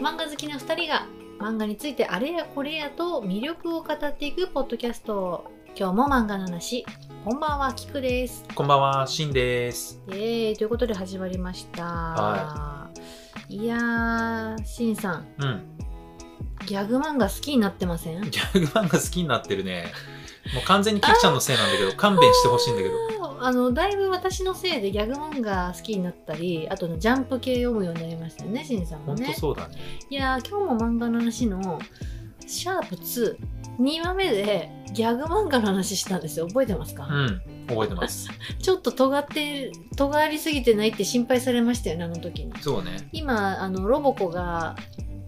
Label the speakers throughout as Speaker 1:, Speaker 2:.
Speaker 1: 画好きな2人が漫画についてあれやこれやと魅力を語っていくポッドキャスト今日も漫画の話こんばんはキクです
Speaker 2: こんばんは、しんです。
Speaker 1: イエーイということで始まりました、い、やーしんさん
Speaker 2: うん。
Speaker 1: ギャグ漫画好きになってません
Speaker 2: ギャグ漫画好きになってるね。もう完全にキクちゃんのせいなんだけど、勘弁してほしいんだけど。
Speaker 1: あのだいぶ私のせいでギャグ漫画好きになったりあとねジャンプ系読むようになりましたよねしんさん
Speaker 2: ほ
Speaker 1: も
Speaker 2: んと
Speaker 1: ね
Speaker 2: そうだね。
Speaker 1: いやー今日も漫画の話の「シャープ2」2話目でギャグ漫画の話したんですよ覚えてますか、
Speaker 2: うん。覚えて ます。
Speaker 1: ちょっと尖って尖りすぎてないって心配されましたよねあの時に
Speaker 2: そうね。
Speaker 1: 今あのロボコが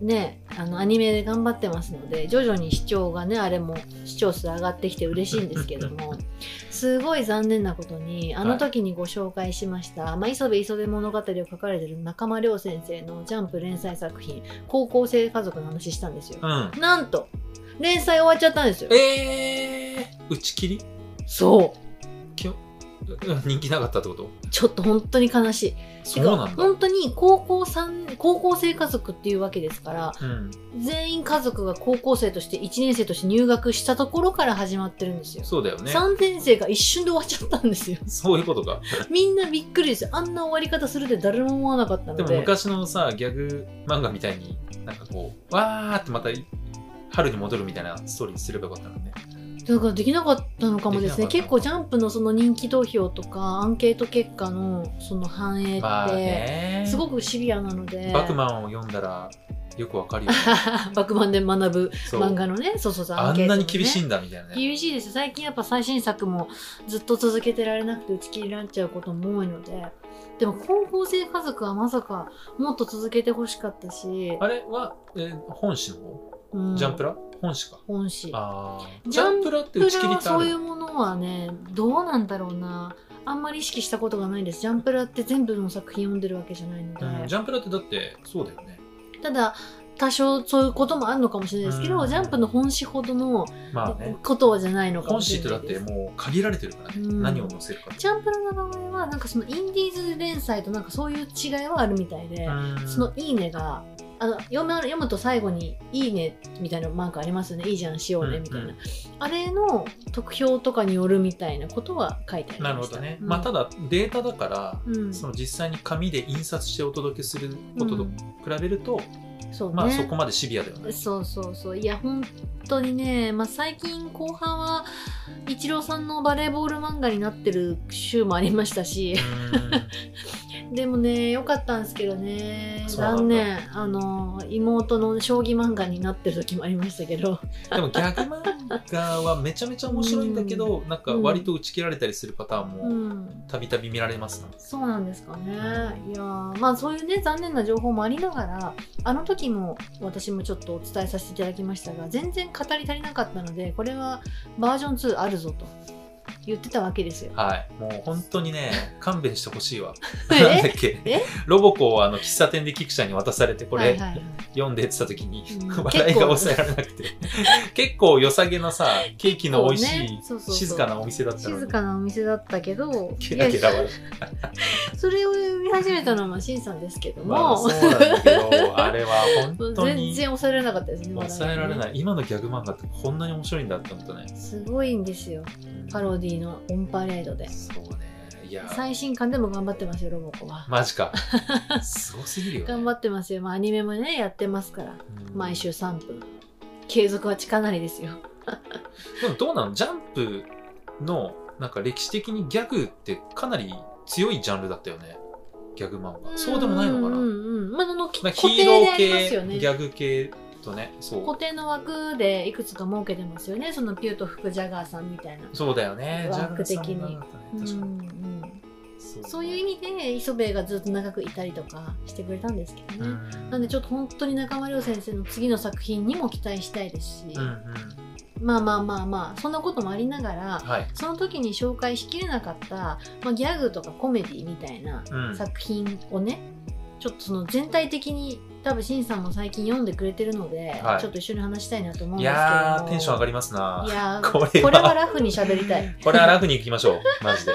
Speaker 1: ねあのアニメで頑張ってますので徐々に視聴がねあれも視聴数上がってきて嬉しいんですけどもすごい残念なことにあの時にご紹介しました、まあ、磯部磯部物語を書かれてる中間亮先生のジャンプ連載作品「高校生家族」の話したんですよ
Speaker 2: うん。
Speaker 1: なんと連載終わっちゃったんですよ
Speaker 2: えー、打ち切り
Speaker 1: そ
Speaker 2: きょうん人気なかったってこと
Speaker 1: うちょっと本当に悲しい
Speaker 2: そうなん
Speaker 1: て
Speaker 2: だ
Speaker 1: か。本当に高校3高校生家族っていうわけですから
Speaker 2: うん。
Speaker 1: 全員家族が高校生として1年生として入学したところから始まってるんですよ、
Speaker 2: そうだよね。
Speaker 1: 3年生が一瞬で終わっちゃったんですよ
Speaker 2: そういうことか。
Speaker 1: みんなびっくりですよあんな終わり方するって誰も思わなかったの
Speaker 2: で
Speaker 1: で
Speaker 2: も昔のさ、ギャグ漫画みたいに、なんかこう、わーってまた春に戻るみたいなストーリーにすればよかったのね。
Speaker 1: だからできなかったのかもですね
Speaker 2: でき
Speaker 1: 結
Speaker 2: な
Speaker 1: 構
Speaker 2: かった
Speaker 1: ジャンプのその人気投票とかアンケート結果のその反映っ
Speaker 2: まあ
Speaker 1: て
Speaker 2: ね。
Speaker 1: すごくシビアなので、
Speaker 2: バクマンを読んだらよくわかるよね。
Speaker 1: バクマンで学ぶ
Speaker 2: そう
Speaker 1: 漫画のねそうそうそう
Speaker 2: あんなに厳しい
Speaker 1: い
Speaker 2: んだみたいなね。
Speaker 1: 厳しいです最近やっぱ最新作もずっと続けてられなくて打ち切りになっちゃうことも多いのででも高校生家族はまさかもっと続けてほしかったし、
Speaker 2: あれは、えー本誌の方、
Speaker 1: うん
Speaker 2: ジャンプラ本誌か。
Speaker 1: 本誌
Speaker 2: あー
Speaker 1: ジ
Speaker 2: ジ
Speaker 1: ャ
Speaker 2: ャ
Speaker 1: ン
Speaker 2: ン
Speaker 1: プ
Speaker 2: プラって
Speaker 1: ジャ
Speaker 2: 打
Speaker 1: ン
Speaker 2: ち
Speaker 1: プ
Speaker 2: 切り
Speaker 1: ラ
Speaker 2: ってあ
Speaker 1: そういう
Speaker 2: る
Speaker 1: ものはねどうなんだろうなあんまり意識したことがないですジャンプラって全部の作品読んでるわけじゃないので、
Speaker 2: うんジャンプラってだってそうだよね。
Speaker 1: ただ多少そういうこともあるのかもしれないですけど、
Speaker 2: うん
Speaker 1: ジャンプの本誌ほどの
Speaker 2: まあね。
Speaker 1: ことはじゃないのかも
Speaker 2: 本
Speaker 1: し
Speaker 2: 誌
Speaker 1: れな
Speaker 2: ってだ
Speaker 1: い
Speaker 2: っ
Speaker 1: です
Speaker 2: てもう限られてるからね。
Speaker 1: うん
Speaker 2: 何を載せるかって
Speaker 1: ジャンプラの場合はなんかそのインディーズ連載となんかそういう違いはあるみたいで、
Speaker 2: うん
Speaker 1: その「いいねが」あの読む読むと最後に「いいね」みたいなマークありますよね「いいじゃんしよう
Speaker 2: う
Speaker 1: ね」
Speaker 2: ん
Speaker 1: みたいな、
Speaker 2: うん
Speaker 1: あれの得票とかによるみたいなことは書いてありました
Speaker 2: なるほどね。
Speaker 1: うん
Speaker 2: まあただデータだから、
Speaker 1: うん
Speaker 2: その実際に紙で印刷してお届けすることと
Speaker 1: う
Speaker 2: 比
Speaker 1: ん
Speaker 2: べると、
Speaker 1: そうね、
Speaker 2: まあそこまでシビアだよね。
Speaker 1: そうそうそういや本当にね、まあ、最近後半はイチローさんのバレーボール漫画になってる週もありましたし
Speaker 2: うん
Speaker 1: でもね良かったんですけどね
Speaker 2: そうなんだ
Speaker 1: 残念あの妹の将棋漫画になってる時もありましたけど
Speaker 2: でもギャグ漫画はめちゃめちゃ面白いんだけど、なんか割と打ち切られたりするパターン
Speaker 1: う
Speaker 2: も
Speaker 1: ん
Speaker 2: たびたび見られますな、
Speaker 1: そうなんですかねいやーまあそういうね残念な情報もありながらあの時も私もちょっとお伝えさせていただきましたが全然語り足りなかったのでこれはバージョン2あるぞと言ってたわけですよ
Speaker 2: はいもう本当にね勘弁してほしいわなんだ
Speaker 1: え
Speaker 2: っけ
Speaker 1: え
Speaker 2: ロボコをあの喫茶店でキクちゃんに渡されてこ
Speaker 1: はい
Speaker 2: れ、
Speaker 1: はいはい
Speaker 2: 読んでってた時に
Speaker 1: うん
Speaker 2: 笑いが抑えられなくて結構良さげなさケーキの美味しい、
Speaker 1: 結構ねそうそうそう
Speaker 2: 静かなお店だったの
Speaker 1: 静
Speaker 2: に
Speaker 1: かなお店だったけど
Speaker 2: ゲラゲラ笑う
Speaker 1: いやそれを読み始めたのはしんさんですけども、
Speaker 2: まあそうなんだけどあれは本当
Speaker 1: 全
Speaker 2: に
Speaker 1: 然抑えられなかったですね
Speaker 2: 抑えられ
Speaker 1: 笑
Speaker 2: ない今のギャグ漫画ってこんなに面白いんだって思ったね
Speaker 1: いがねすごいんですよ
Speaker 2: うん
Speaker 1: パロディのオンパレードで
Speaker 2: そうね。いや、
Speaker 1: 最新刊でも頑張ってますよロボコは
Speaker 2: マ ジか。すごすぎるよ、ね。
Speaker 1: 頑張ってますよ、まあ、アニメもねやってますから
Speaker 2: うん
Speaker 1: 毎。週3分継続は力なりですよ
Speaker 2: でもどうなのジャンプの、なんか歴史的にギャグってかなり強いジャンルだったよね。ギャグ漫画。そうでもないのか
Speaker 1: うん
Speaker 2: な
Speaker 1: うん、うんまあ、あの
Speaker 2: まあ
Speaker 1: 固
Speaker 2: ヒ
Speaker 1: 定で
Speaker 2: ーロ
Speaker 1: あ
Speaker 2: ー
Speaker 1: ります
Speaker 2: 系、
Speaker 1: よね
Speaker 2: ギャグ系とね、そ
Speaker 1: 固定の枠でいくつか設けてますよねそのピューとフクジャガーさんみたいな
Speaker 2: う。そうだよね。
Speaker 1: ワ
Speaker 2: ジャ
Speaker 1: ー
Speaker 2: ン
Speaker 1: ク
Speaker 2: ル
Speaker 1: 的
Speaker 2: さ
Speaker 1: に
Speaker 2: んがだったね。
Speaker 1: うんう
Speaker 2: 確かに。
Speaker 1: ん、
Speaker 2: そう
Speaker 1: そういう意味で磯部がずっと長くいたりとかしてくれたんですけどね、なんでち
Speaker 2: ょっ
Speaker 1: ょっと本当に中間亮先生の次の作品にも期待したいですし、
Speaker 2: うんうん。
Speaker 1: まあまあまあまあそんなこともありながら
Speaker 2: はい。
Speaker 1: その時に紹介しきれなかった、まあ、ギャグとかコメディみたいな
Speaker 2: うん。
Speaker 1: 作品をね、ちょっとその全体的に多分しんさんも最近読んでくれてるので、
Speaker 2: はい
Speaker 1: ちょっと一緒に話したいなと思うん
Speaker 2: い
Speaker 1: ですけれども
Speaker 2: やー、テンション上がりますな。
Speaker 1: いやー
Speaker 2: これは
Speaker 1: これはラフに喋りたい
Speaker 2: これはラフに行きましょう。マジで。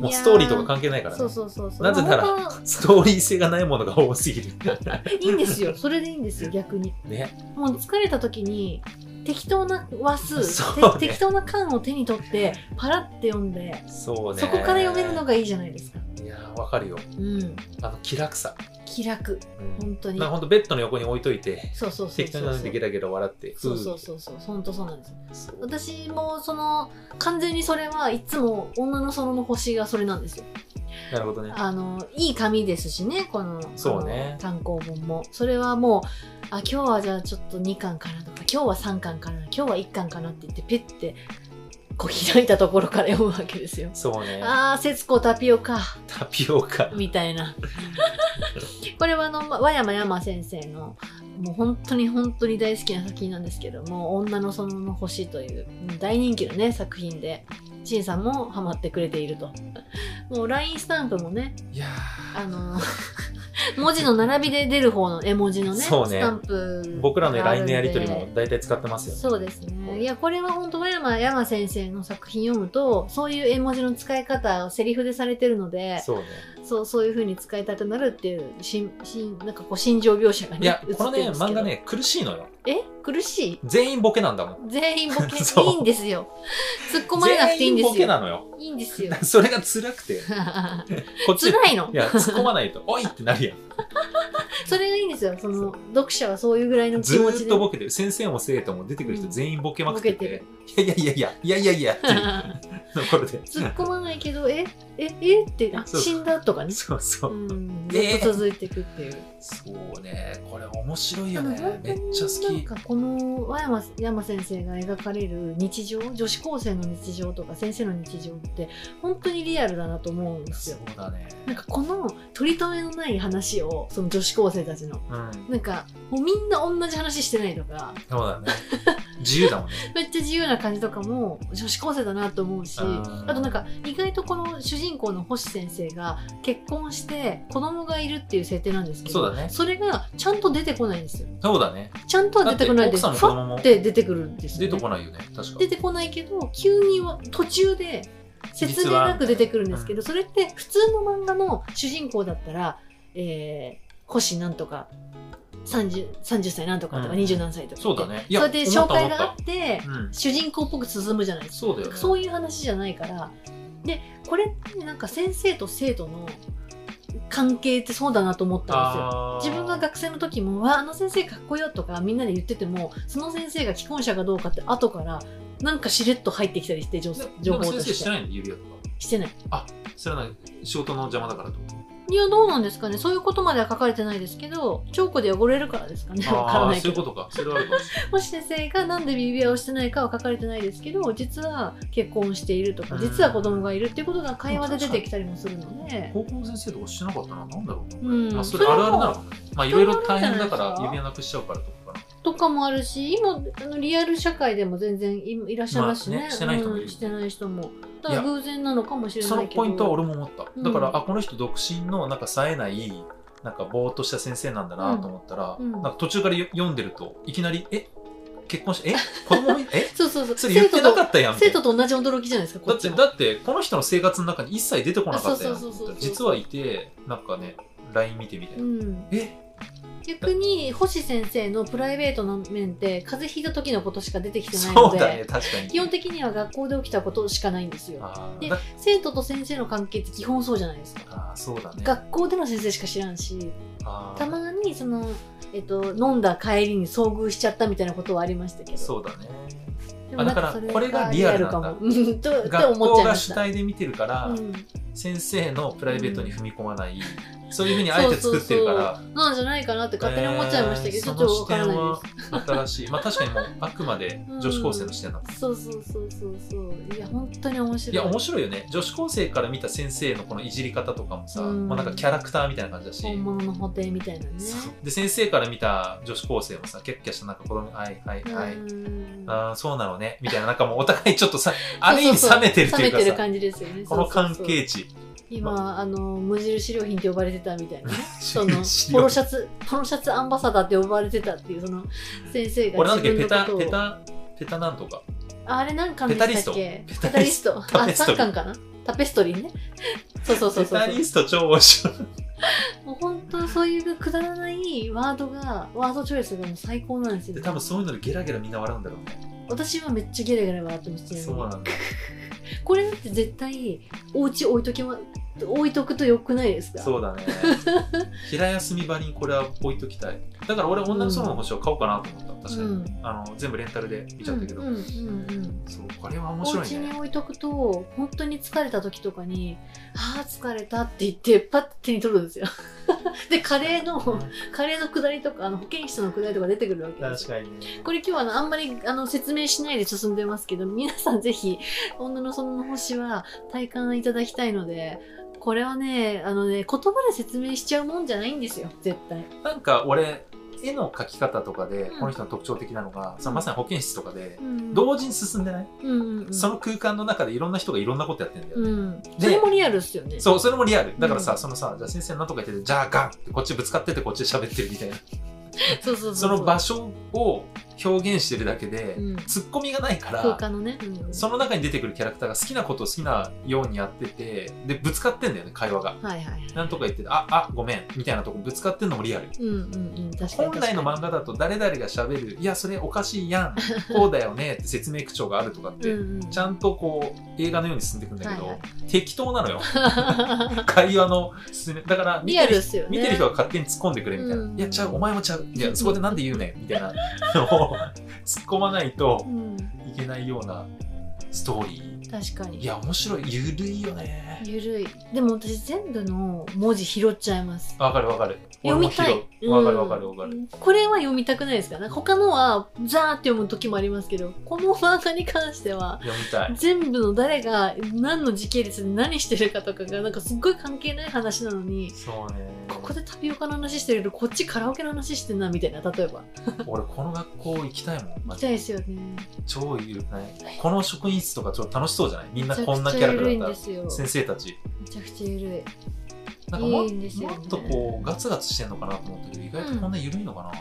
Speaker 2: もうストーリーとか関係ないからね
Speaker 1: そうそうそうそう
Speaker 2: なぜなら
Speaker 1: まあ本
Speaker 2: ストーリー性がないものが多 すぎる
Speaker 1: 当いいんですよそれでいいんですよ逆に
Speaker 2: ね
Speaker 1: もう疲れた時に適当な話数、
Speaker 2: そうね
Speaker 1: て適当な缶を手に取ってパラって読んで、
Speaker 2: そうね
Speaker 1: そこから読めるのがいいじゃないですか
Speaker 2: いやーわかるよ
Speaker 1: うん
Speaker 2: あの気楽さ、
Speaker 1: 気楽
Speaker 2: うん
Speaker 1: 本当に
Speaker 2: なんかほんとベッドの横に置いといて
Speaker 1: そうそうそう
Speaker 2: 適当
Speaker 1: そ
Speaker 2: に
Speaker 1: う
Speaker 2: なんでゲラゲラ笑って
Speaker 1: そうそうう
Speaker 2: ー
Speaker 1: そうそう本当そうなんです
Speaker 2: そう
Speaker 1: 私もその完全にそれはいつも女の園の星がそれなんですよ
Speaker 2: なるほどね
Speaker 1: あのいい紙ですしねこの
Speaker 2: そう
Speaker 1: あ
Speaker 2: ね
Speaker 1: の単行本もそれはもうあ今日はじゃあちょっと2巻かなとか今日は3巻かな今日は1巻かなって言ってペッてこう開いたところから読むわけですよ
Speaker 2: そうね
Speaker 1: あー節子タピオカ
Speaker 2: タピオカ
Speaker 1: みたいなこれはあのま和山山先生のもう本当に本当に大好きな作品なんですけども「女の園の星」というもう大人気のね作品で陳さんもハマってくれているともう LINE スタンプもね
Speaker 2: いや
Speaker 1: あの文字の並びで出る方の絵文字のね
Speaker 2: そう
Speaker 1: ス
Speaker 2: ね
Speaker 1: タンプ
Speaker 2: ー僕らの
Speaker 1: があるん
Speaker 2: LINE の
Speaker 1: で
Speaker 2: やり取りも大体使ってますよね
Speaker 1: そうですね。いや、これは本当、和山山先生の作品読むと、そういう絵文字の使い方をセリフでされてるので、
Speaker 2: そうね
Speaker 1: そうそういう風に使いたくなるっていうしんしんなんかこう心情描写がね
Speaker 2: いや
Speaker 1: 映ってるんですけど
Speaker 2: このね漫画ね苦しいのよ
Speaker 1: え苦しい
Speaker 2: 全員ボケなんだもん
Speaker 1: 全員ボケ
Speaker 2: そう
Speaker 1: いいんですよ突っ込まれなくていいんで
Speaker 2: 全員ボ
Speaker 1: す
Speaker 2: ケ
Speaker 1: よ
Speaker 2: なのよ
Speaker 1: いいんです よ
Speaker 2: それが辛くてこっち
Speaker 1: 辛いの
Speaker 2: いや突っ込まないと「おい!」ってな るやん
Speaker 1: それがいいんですよその読者はそういうぐらいの気
Speaker 2: ず
Speaker 1: 持
Speaker 2: ー
Speaker 1: ち
Speaker 2: っ
Speaker 1: で
Speaker 2: とボケてる先生も生徒も出てくる人全員ボケまくってて「いやいやいやいやいやいやいや」っていうところで
Speaker 1: 突っ込まないけどえええってあ
Speaker 2: そう
Speaker 1: 死んだ とかね
Speaker 2: そうそううん
Speaker 1: ず
Speaker 2: え
Speaker 1: っと続いていくっていう、
Speaker 2: そうねこれ面白い
Speaker 1: あ
Speaker 2: よ
Speaker 1: の
Speaker 2: ね
Speaker 1: 本当
Speaker 2: め
Speaker 1: に
Speaker 2: っちゃ
Speaker 1: なん
Speaker 2: 好
Speaker 1: かこの和山山先生が描かれる日常女子高生の日常とか先生の日常って本当にリアルだなと思うんで
Speaker 2: き
Speaker 1: す
Speaker 2: そ
Speaker 1: よ
Speaker 2: う。だね
Speaker 1: なんかこの取り留めのない話をその女子高生たちの
Speaker 2: うん
Speaker 1: なんかもうみんな同じ話してないとか
Speaker 2: そうだね 自由だもんね
Speaker 1: めっちゃ自由な感じとかも女子高生だなと 思うし
Speaker 2: あ
Speaker 1: あ
Speaker 2: ー
Speaker 1: となんか意外とこの主人公の星先生が結婚して子供がいるっていう設定なんですけど
Speaker 2: そうだね
Speaker 1: れがちゃんと出てこないんですよ。
Speaker 2: そうだね
Speaker 1: ちゃんとは出てこないです。
Speaker 2: だって奥
Speaker 1: ふ
Speaker 2: さんの子供
Speaker 1: わ
Speaker 2: も
Speaker 1: って出てくるんですよ、ね。
Speaker 2: 出てこないよね確か
Speaker 1: 出てこないけど急には途中で説明なく出てくるんですけど、それって普通の漫画の主人公だったら、えー、星なんとか 30, 30歳なんとかとか
Speaker 2: うん
Speaker 1: 20何歳とかって、
Speaker 2: そうだねい
Speaker 1: それで紹介があ
Speaker 2: 思っ
Speaker 1: って
Speaker 2: た思ったうん
Speaker 1: 主人公っぽく進むじゃないですか
Speaker 2: そうだよね
Speaker 1: そういう話じゃないからでこれってなんか先生と生徒の関係ってそうだなと思ったんですよ。
Speaker 2: あー
Speaker 1: 自分が学生の時も「わあの先生かっこよ」とかみんなで言っててもその先生が既婚者かどうかって後からなんかしれっと入ってきたりして情
Speaker 2: で
Speaker 1: 情
Speaker 2: で
Speaker 1: 報と
Speaker 2: も先生
Speaker 1: し
Speaker 2: して
Speaker 1: て
Speaker 2: ないの指輪とか
Speaker 1: してない
Speaker 2: それはなんか仕事の邪魔だからと
Speaker 1: いやどうなんですかねそういうことまでは書かれてないですけどチョークで汚れるからですかねわ から
Speaker 2: ああ
Speaker 1: ない
Speaker 2: ーそ
Speaker 1: け
Speaker 2: ういうこ
Speaker 1: ど
Speaker 2: とかそれはあるかもしれない
Speaker 1: もし先生がなんで指輪をしてないかは書かれてないですけど実は結婚しているとか
Speaker 2: うん
Speaker 1: 実は子供がいるっていうことが会話で出てきたりもするので。
Speaker 2: 高校の先生とかしてなかったななんだろうな、
Speaker 1: うん
Speaker 2: まあ、そ
Speaker 1: そ
Speaker 2: れ
Speaker 1: れ
Speaker 2: あ
Speaker 1: は
Speaker 2: るあるなのかなまあいろいろ大変だか
Speaker 1: それはあるんじゃないですか
Speaker 2: ら指輪なくしちゃうからとかか
Speaker 1: とかもあるし今あのリアル社会でも全然いいらっしゃいますしね,、
Speaker 2: まあねしてない人もいる
Speaker 1: うんしてない人もだ
Speaker 2: い
Speaker 1: から
Speaker 2: や
Speaker 1: 偶然なのかもし
Speaker 2: な
Speaker 1: れ
Speaker 2: そ
Speaker 1: な
Speaker 2: の
Speaker 1: いけど
Speaker 2: ポイントは俺も思った、
Speaker 1: うん
Speaker 2: だからあこの人独身のなんか冴えないなんかぼーっとした先生なんだなと思ったら、
Speaker 1: うんうん
Speaker 2: なんか途中からよ読んでるといきなり 「え結婚してえ子供いえ
Speaker 1: そうそうそう
Speaker 2: それ言ってな
Speaker 1: 生
Speaker 2: か
Speaker 1: 徒と
Speaker 2: ったやん」みた
Speaker 1: 生
Speaker 2: いな
Speaker 1: 徒と同じ驚きじゃないですかこ
Speaker 2: だ
Speaker 1: っ
Speaker 2: っ
Speaker 1: ち
Speaker 2: て
Speaker 1: も
Speaker 2: だってこの人の生活の中に一切出てこなかったやん
Speaker 1: あそうそうそうそう
Speaker 2: 実はいてなんかね LINE 見てみたいうな、
Speaker 1: ん、
Speaker 2: え
Speaker 1: 逆に星先生のプライベートの面って風邪ひいた時のことしか出てきてないの
Speaker 2: そう
Speaker 1: で、
Speaker 2: だね確かに
Speaker 1: 基本的には学校で起きたことしかないんですよ
Speaker 2: あー
Speaker 1: で
Speaker 2: だ
Speaker 1: 生徒と先生の関係って基本そうじゃないですか
Speaker 2: あーそうだね
Speaker 1: 学校での先生しか知らんし
Speaker 2: あー
Speaker 1: たまにその、えっと、飲んだ帰りに遭遇しちゃったみたいなことはありましたけど
Speaker 2: そうだね
Speaker 1: でもなん
Speaker 2: あだから
Speaker 1: そ
Speaker 2: これがリアルなんだ
Speaker 1: リアルかもうんとって
Speaker 2: 学
Speaker 1: 思っち
Speaker 2: 校
Speaker 1: ゃいま
Speaker 2: が
Speaker 1: し
Speaker 2: 主
Speaker 1: た
Speaker 2: 体で見てるから、
Speaker 1: うん
Speaker 2: 先生のプライベートに踏み込まない、そういうふうにあえて作ってるから
Speaker 1: なんじゃないかなって勝手に思っちゃいましたけど、
Speaker 2: えー
Speaker 1: ちょ
Speaker 2: そ
Speaker 1: っと
Speaker 2: の
Speaker 1: わ
Speaker 2: 視
Speaker 1: から
Speaker 2: 点
Speaker 1: ない
Speaker 2: は
Speaker 1: で
Speaker 2: 新しいまあ確かにもうあくまで女子高生の視点だもん、
Speaker 1: すそうそうそうそうそういや本当に面白い
Speaker 2: いや面白いよね女子高生から見た先生のこのいじり方とかもさ、
Speaker 1: うん
Speaker 2: まあ、なんかキャラクターみたいな感じだし、
Speaker 1: 本物の補填みたいなね
Speaker 2: そうで先生から見た女子高生もさキャッキャしたなんか子供に「はいはいはい」
Speaker 1: うん
Speaker 2: あーそうなのねみたいななんかもうお互いちょっ とさある意味冷めてるという
Speaker 1: 冷
Speaker 2: か
Speaker 1: めてる
Speaker 2: さ
Speaker 1: 感じですよね
Speaker 2: この
Speaker 1: そうそう
Speaker 2: 関
Speaker 1: そう
Speaker 2: 係値
Speaker 1: 今あの無印良品って呼ばれてたみたいなねそ の
Speaker 2: 知
Speaker 1: ポ
Speaker 2: らん
Speaker 1: ロシャツポロシャツアンバサダーって呼ばれてたっていうその先生が
Speaker 2: 俺なんだっけペ
Speaker 1: 自分の
Speaker 2: タ
Speaker 1: ことを
Speaker 2: ペタペタなんとか
Speaker 1: ああれ何巻でしたっけ
Speaker 2: ペタリスト
Speaker 1: ペタリスト
Speaker 2: ペタ
Speaker 1: あ
Speaker 2: リスト
Speaker 1: 3巻かなタペストリーね。そうそうそう
Speaker 2: セ
Speaker 1: そう
Speaker 2: タ
Speaker 1: そう
Speaker 2: リ。スト超面白い。
Speaker 1: もう本当そういうくだらないワードが、ワードチョイスがもう最高なんですよ
Speaker 2: で、。多分そういうのでゲラゲラみんな笑うんだろうね。
Speaker 1: 私はめっちゃゲラゲラ笑ってます
Speaker 2: そうなんだ。
Speaker 1: これだって絶対、お家置いときま、置いとくとよくないですか
Speaker 2: そ うだね。平休み場にこれは置いときたい。だから俺、女の空の星を買おうかなと思った。確かに。
Speaker 1: うん
Speaker 2: あの全部レンタルで見ちゃったけど。
Speaker 1: うんうんうんうん
Speaker 2: そう、これは面
Speaker 1: お
Speaker 2: 白い
Speaker 1: 家に
Speaker 2: ね。
Speaker 1: 置いとくと本当に疲れた時とかに「ああ疲れた」って言ってパッて手に取るんですよ でカレーのカレーのくだりとかあの保健室のくだりとか出てくるわけです
Speaker 2: 確
Speaker 1: よ
Speaker 2: かにね。
Speaker 1: これ今日はあのあんまりあの説明しないで進んでますけど皆さんぜひ「女の園の星」は体感いただきたいのでこれはねあのね言葉で説明しちゃうもんじゃないんですよ絶対
Speaker 2: なんか俺、絵の描き方とかで、
Speaker 1: うん
Speaker 2: この人の特徴的なのが、そのまさに保健室とかで、
Speaker 1: うん
Speaker 2: 同時に進んでない、
Speaker 1: うんうんうん
Speaker 2: その空間の中でいろんな人がいろんなことやってんだよね。
Speaker 1: うんそれもリアルっすよね
Speaker 2: そう、それもリアル。だからさ、
Speaker 1: うん
Speaker 2: そのさ、じゃあ先生なんとか言ってて、じゃあガンってこっちぶつかっててこっちで喋ってるみたいな。
Speaker 1: そうそうそう
Speaker 2: その場所を表現してるだけで、
Speaker 1: うん
Speaker 2: ツッコミがないか
Speaker 1: 空
Speaker 2: ら、
Speaker 1: 間のね、うん
Speaker 2: その中に出てくるキャラクターが好きなことを好きなようにやってて、で、ぶつかってんだよね、会話が。
Speaker 1: はいはいはい
Speaker 2: なんとか言ってて、あ、あ、ごめん、みたいなとこぶつかってんのもリアル。
Speaker 1: うんうんうん確かに
Speaker 2: 本来の漫画だと誰々が喋る、いや、それおかしい やん、こうだよねって説明口調があるとかっ
Speaker 1: う
Speaker 2: て、
Speaker 1: んうん、
Speaker 2: ちゃんとこう、映画のように進んでいくんだけど、
Speaker 1: はいは
Speaker 2: 適当なのよ。会話の進め、だから見
Speaker 1: リ
Speaker 2: て
Speaker 1: ア
Speaker 2: る
Speaker 1: ル
Speaker 2: 人
Speaker 1: っすよね
Speaker 2: 見てる人が勝手に突っ込んでくれみたいな。
Speaker 1: うん
Speaker 2: いや、ちゃう、お前もちゃう。いや、そこでなんで言うねん、みたいな のを突っ込まないと
Speaker 1: うん、
Speaker 2: いけないようなストーリ
Speaker 1: 確か
Speaker 2: ー。
Speaker 1: に
Speaker 2: いや、面白い。ゆるいよね。
Speaker 1: ゆるいでも私全部の文字拾っちゃいます
Speaker 2: わかるわかる。
Speaker 1: 読みたい
Speaker 2: 俺も拾うわかるわかるわかる。
Speaker 1: うんこれは読みたくないですかね他のはザーって読む時もありますけどこの漫画に関しては
Speaker 2: 読みたい。
Speaker 1: 全部の誰が何の時系列で何してるかとかがなんかすっごい関係ない話なのに
Speaker 2: そうね。
Speaker 1: ここでタピオカの話してるけどこっちカラオケの話してんなみたいな例えば
Speaker 2: 俺、この学校行きたいもん。
Speaker 1: 行
Speaker 2: マ
Speaker 1: き
Speaker 2: ジ
Speaker 1: た
Speaker 2: で
Speaker 1: いですよね
Speaker 2: 超ゆるくないこの職員室とかちょっと楽しそうじゃないみんなこんなキ
Speaker 1: め
Speaker 2: ャ
Speaker 1: ちゃ
Speaker 2: ラ
Speaker 1: くちゃゆ
Speaker 2: クタ
Speaker 1: るい
Speaker 2: ー
Speaker 1: ん
Speaker 2: だ
Speaker 1: で
Speaker 2: っ
Speaker 1: すよ
Speaker 2: た先生たち。
Speaker 1: めちゃくちゃゆるい
Speaker 2: なんかも
Speaker 1: いいんですよね
Speaker 2: もっとこうガツガツしてんのかなと思ったけど意外とこんな緩いのかな、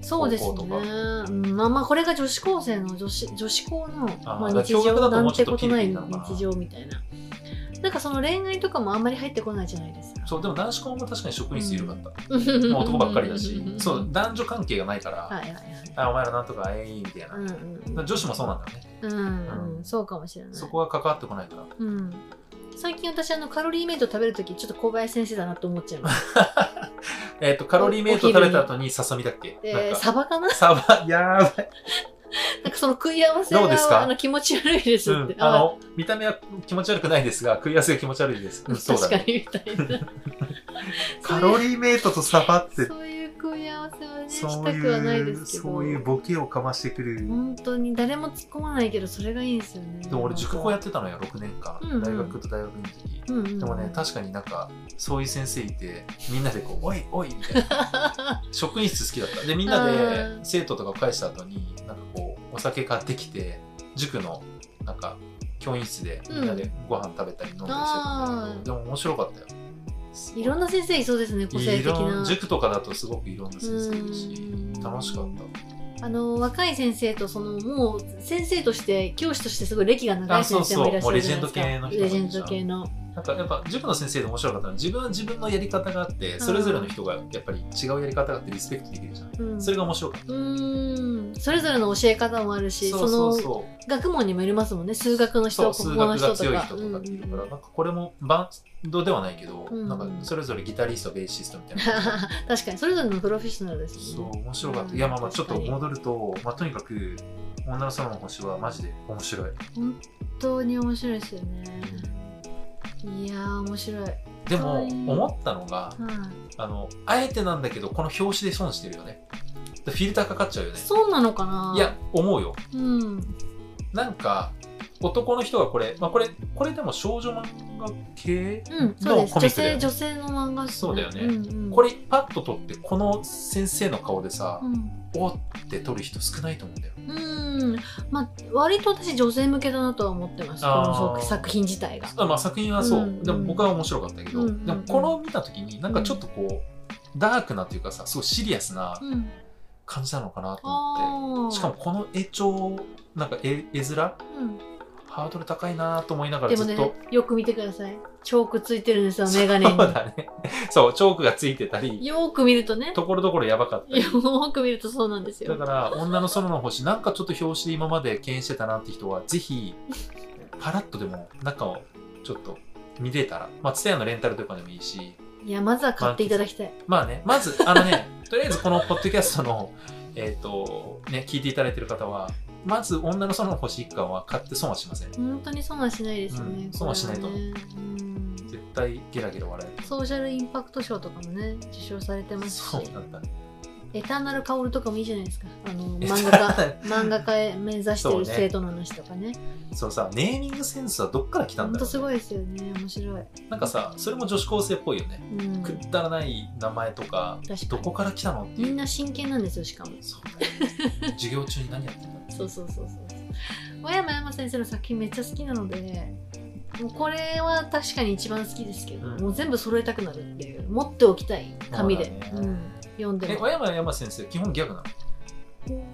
Speaker 1: そうですね
Speaker 2: 高校と。か
Speaker 1: うん、まあまあこれが女子高生の女子女子校の
Speaker 2: あー
Speaker 1: まあ、
Speaker 2: だから
Speaker 1: 日
Speaker 2: 共学
Speaker 1: 常
Speaker 2: だと
Speaker 1: な
Speaker 2: も
Speaker 1: ん
Speaker 2: うちょ
Speaker 1: て
Speaker 2: っと
Speaker 1: ことない
Speaker 2: キリキリなのか
Speaker 1: 日
Speaker 2: な
Speaker 1: 常みたいな。なんかその恋愛とかもあんまり入ってこないじゃないですか。
Speaker 2: そうでも男子校も確かに職員室緩かった、
Speaker 1: も
Speaker 2: もう男ばっかりだしそう。男女関係がないから、
Speaker 1: はいはいはい。
Speaker 2: あお前らなんとかえいみたいな、
Speaker 1: うんうん
Speaker 2: 女子もそうなんだよね、
Speaker 1: うん
Speaker 2: う
Speaker 1: うん
Speaker 2: ん
Speaker 1: そうかもしれない。
Speaker 2: そこは関わってこないから
Speaker 1: うん。最近私あのカロリーメイト食べるときちょっと小林先生だなと思っちゃいます。
Speaker 2: えっ、とカロリーメイト食べた後にささみだっけ、
Speaker 1: えー、
Speaker 2: なんか
Speaker 1: サバかな？
Speaker 2: サバやーばい、
Speaker 1: なんかその食い合わせ
Speaker 2: どうです
Speaker 1: が
Speaker 2: か
Speaker 1: あの気持 ち悪いです
Speaker 2: う
Speaker 1: って
Speaker 2: ん。あの見た目は気持ち悪くないですが食い合わせが気持ち悪いです、うんそう
Speaker 1: 確
Speaker 2: だ
Speaker 1: か
Speaker 2: ね
Speaker 1: にみたいな。
Speaker 2: カロリーメイトとサバって
Speaker 1: そういう組み合わせはね
Speaker 2: そ
Speaker 1: し
Speaker 2: う
Speaker 1: たくはない
Speaker 2: い
Speaker 1: で
Speaker 2: う
Speaker 1: すけど
Speaker 2: そういうボケをかましてくる、
Speaker 1: 本当に誰も突っ込まないけどそれがいいんですよね
Speaker 2: でも俺塾校やってたのよ6年間、
Speaker 1: うんうん
Speaker 2: 大学と大学の時、
Speaker 1: うんうん、
Speaker 2: でもね 確かになんかそういう先生いてみんなでこう「おいおい」みたいな職員室好きだったでみんな
Speaker 1: う
Speaker 2: で
Speaker 1: ん
Speaker 2: 生徒とかを返した後になんかこうお酒買ってきて塾のなんか教員室でみんなでご飯食べたり飲んだりしてたんだけ
Speaker 1: う
Speaker 2: ど、
Speaker 1: ん
Speaker 2: でも面白かったよ
Speaker 1: いろんな先生いそうですね個性
Speaker 2: い
Speaker 1: 的
Speaker 2: ろん
Speaker 1: な
Speaker 2: 塾とかだとすごくいろんな先生いるし
Speaker 1: うん
Speaker 2: 楽しかった
Speaker 1: あの若い先生とそのもう先生として教師としてすごい歴が長い
Speaker 2: あそ
Speaker 1: 先
Speaker 2: う
Speaker 1: 生
Speaker 2: そ
Speaker 1: も
Speaker 2: う
Speaker 1: いらっしゃるじゃないですか
Speaker 2: もうレ
Speaker 1: レジ
Speaker 2: ジェ
Speaker 1: ェ
Speaker 2: ン
Speaker 1: ン
Speaker 2: ド
Speaker 1: ド
Speaker 2: 系
Speaker 1: 系の
Speaker 2: なんかやっぱ塾の先生で面白かったのは自分は自分のやり方があってそれぞれの人がやっぱり違うやり方があってリスペクトできるじゃん、
Speaker 1: うん
Speaker 2: それが面白かった
Speaker 1: うーんそれぞれの教え方もあるし
Speaker 2: そうそう
Speaker 1: の
Speaker 2: そう
Speaker 1: 学問にもよりますもんね数学の
Speaker 2: そ
Speaker 1: 人
Speaker 2: う数
Speaker 1: 国語の
Speaker 2: 学
Speaker 1: 人
Speaker 2: が
Speaker 1: と
Speaker 2: 強い
Speaker 1: か
Speaker 2: 人とかっていうから、
Speaker 1: うん
Speaker 2: なんかこれもバンドではないけど、
Speaker 1: うん
Speaker 2: なんかそれぞれギタリストベーシストみたいな。
Speaker 1: 確かにそれぞれのプロフェッショナルです
Speaker 2: そう
Speaker 1: もんね
Speaker 2: 面白かった、
Speaker 1: うん
Speaker 2: いやまあまあちょっと
Speaker 1: 確かに
Speaker 2: 戻ると、まあ、とにかく「女の空の星」はマジで面白い、
Speaker 1: 本当に面白いですよねいやー面白い
Speaker 2: で
Speaker 1: かわ
Speaker 2: も
Speaker 1: いい
Speaker 2: 思ったのが
Speaker 1: はい
Speaker 2: あのあえてなんだけどこの表紙で損してるよねフィルターかかっちゃうよね
Speaker 1: そうなのかない
Speaker 2: いや、思うよ
Speaker 1: うん、
Speaker 2: なんか男の人がこれ、まあ、これこれでも少女漫画系
Speaker 1: うん、そう
Speaker 2: の
Speaker 1: です女
Speaker 2: コミックだよ
Speaker 1: 性
Speaker 2: ね
Speaker 1: 女性の漫画っす
Speaker 2: そうだよね
Speaker 1: うんうん、
Speaker 2: これパッと撮ってこの先生の顔でさ、
Speaker 1: うん、
Speaker 2: おって撮る人少ないと思うんだよ
Speaker 1: うんまあ割と私女性向けだなとは思ってますこ
Speaker 2: あー
Speaker 1: の作作品自体が
Speaker 2: あまあ作品はそう、
Speaker 1: うん
Speaker 2: でも僕は面白かったけど、
Speaker 1: うんうん
Speaker 2: でもこの見た時になんかちょっとこうダークなというかさすごいシリアスな
Speaker 1: うん
Speaker 2: 感じなのかなと
Speaker 1: あ
Speaker 2: 思って、
Speaker 1: あ
Speaker 2: しかもこの絵帳なんか絵絵面
Speaker 1: うん
Speaker 2: ハードル高いなと思いながら
Speaker 1: で
Speaker 2: ず
Speaker 1: も
Speaker 2: っと、
Speaker 1: ねよく見てくださいチョークついてるんですよメガネ
Speaker 2: そう
Speaker 1: に
Speaker 2: だね そうチョークがついてたり
Speaker 1: よーく見るとね
Speaker 2: ところどころやばかったり
Speaker 1: よく見るとそうなんです
Speaker 2: だ
Speaker 1: よ
Speaker 2: から「女の園の星」なんかちょっと表紙今まで敬遠してたなって人はぜひパラッとでも中をちょっと見れたらまあ蔦屋のレンタルとかでもいいし
Speaker 1: いやまずは買っていただきたい
Speaker 2: まあねまずあ のねとりあえずこのポッドキャストのえっ、とね聞いていただいてる方はまず「女の園の星」一巻は買って損はしません
Speaker 1: 本当に損はしないですよね、
Speaker 2: うん損はしないと
Speaker 1: こ
Speaker 2: 思う
Speaker 1: れはねうん
Speaker 2: 絶対ゲラゲラ笑える
Speaker 1: ソーシャルインパクト賞とかもね受賞されてますし
Speaker 2: そうなんだ
Speaker 1: エターナルカオルとかもいいじゃないですかあの漫画家漫画家へ目指してる
Speaker 2: そうね
Speaker 1: 生徒の話とかね
Speaker 2: そのさネーミングセンスはどっから来た
Speaker 1: ほ
Speaker 2: ん
Speaker 1: ん
Speaker 2: だ
Speaker 1: と
Speaker 2: ろ
Speaker 1: す
Speaker 2: う、ね、
Speaker 1: ごいですよね面白い、
Speaker 2: なんかさそれも女子高生っぽいよね、
Speaker 1: うん、
Speaker 2: く
Speaker 1: 確
Speaker 2: ったらない名前とかど
Speaker 1: か
Speaker 2: こから来たのって
Speaker 1: に
Speaker 2: い
Speaker 1: み
Speaker 2: うん
Speaker 1: な真剣なんですよしかも
Speaker 2: そうだよ授業中に何やってんだ
Speaker 1: そうそうそうそう小山山先生の作品めっちゃ好きなのでもうこれは確かに一番好きですけど、
Speaker 2: うん
Speaker 1: もう全部揃えたくなるっていう持っておきたい紙で
Speaker 2: そうだ
Speaker 1: う
Speaker 2: ね
Speaker 1: ん、読んで
Speaker 2: え
Speaker 1: も
Speaker 2: 小山山先生基本ギャグなの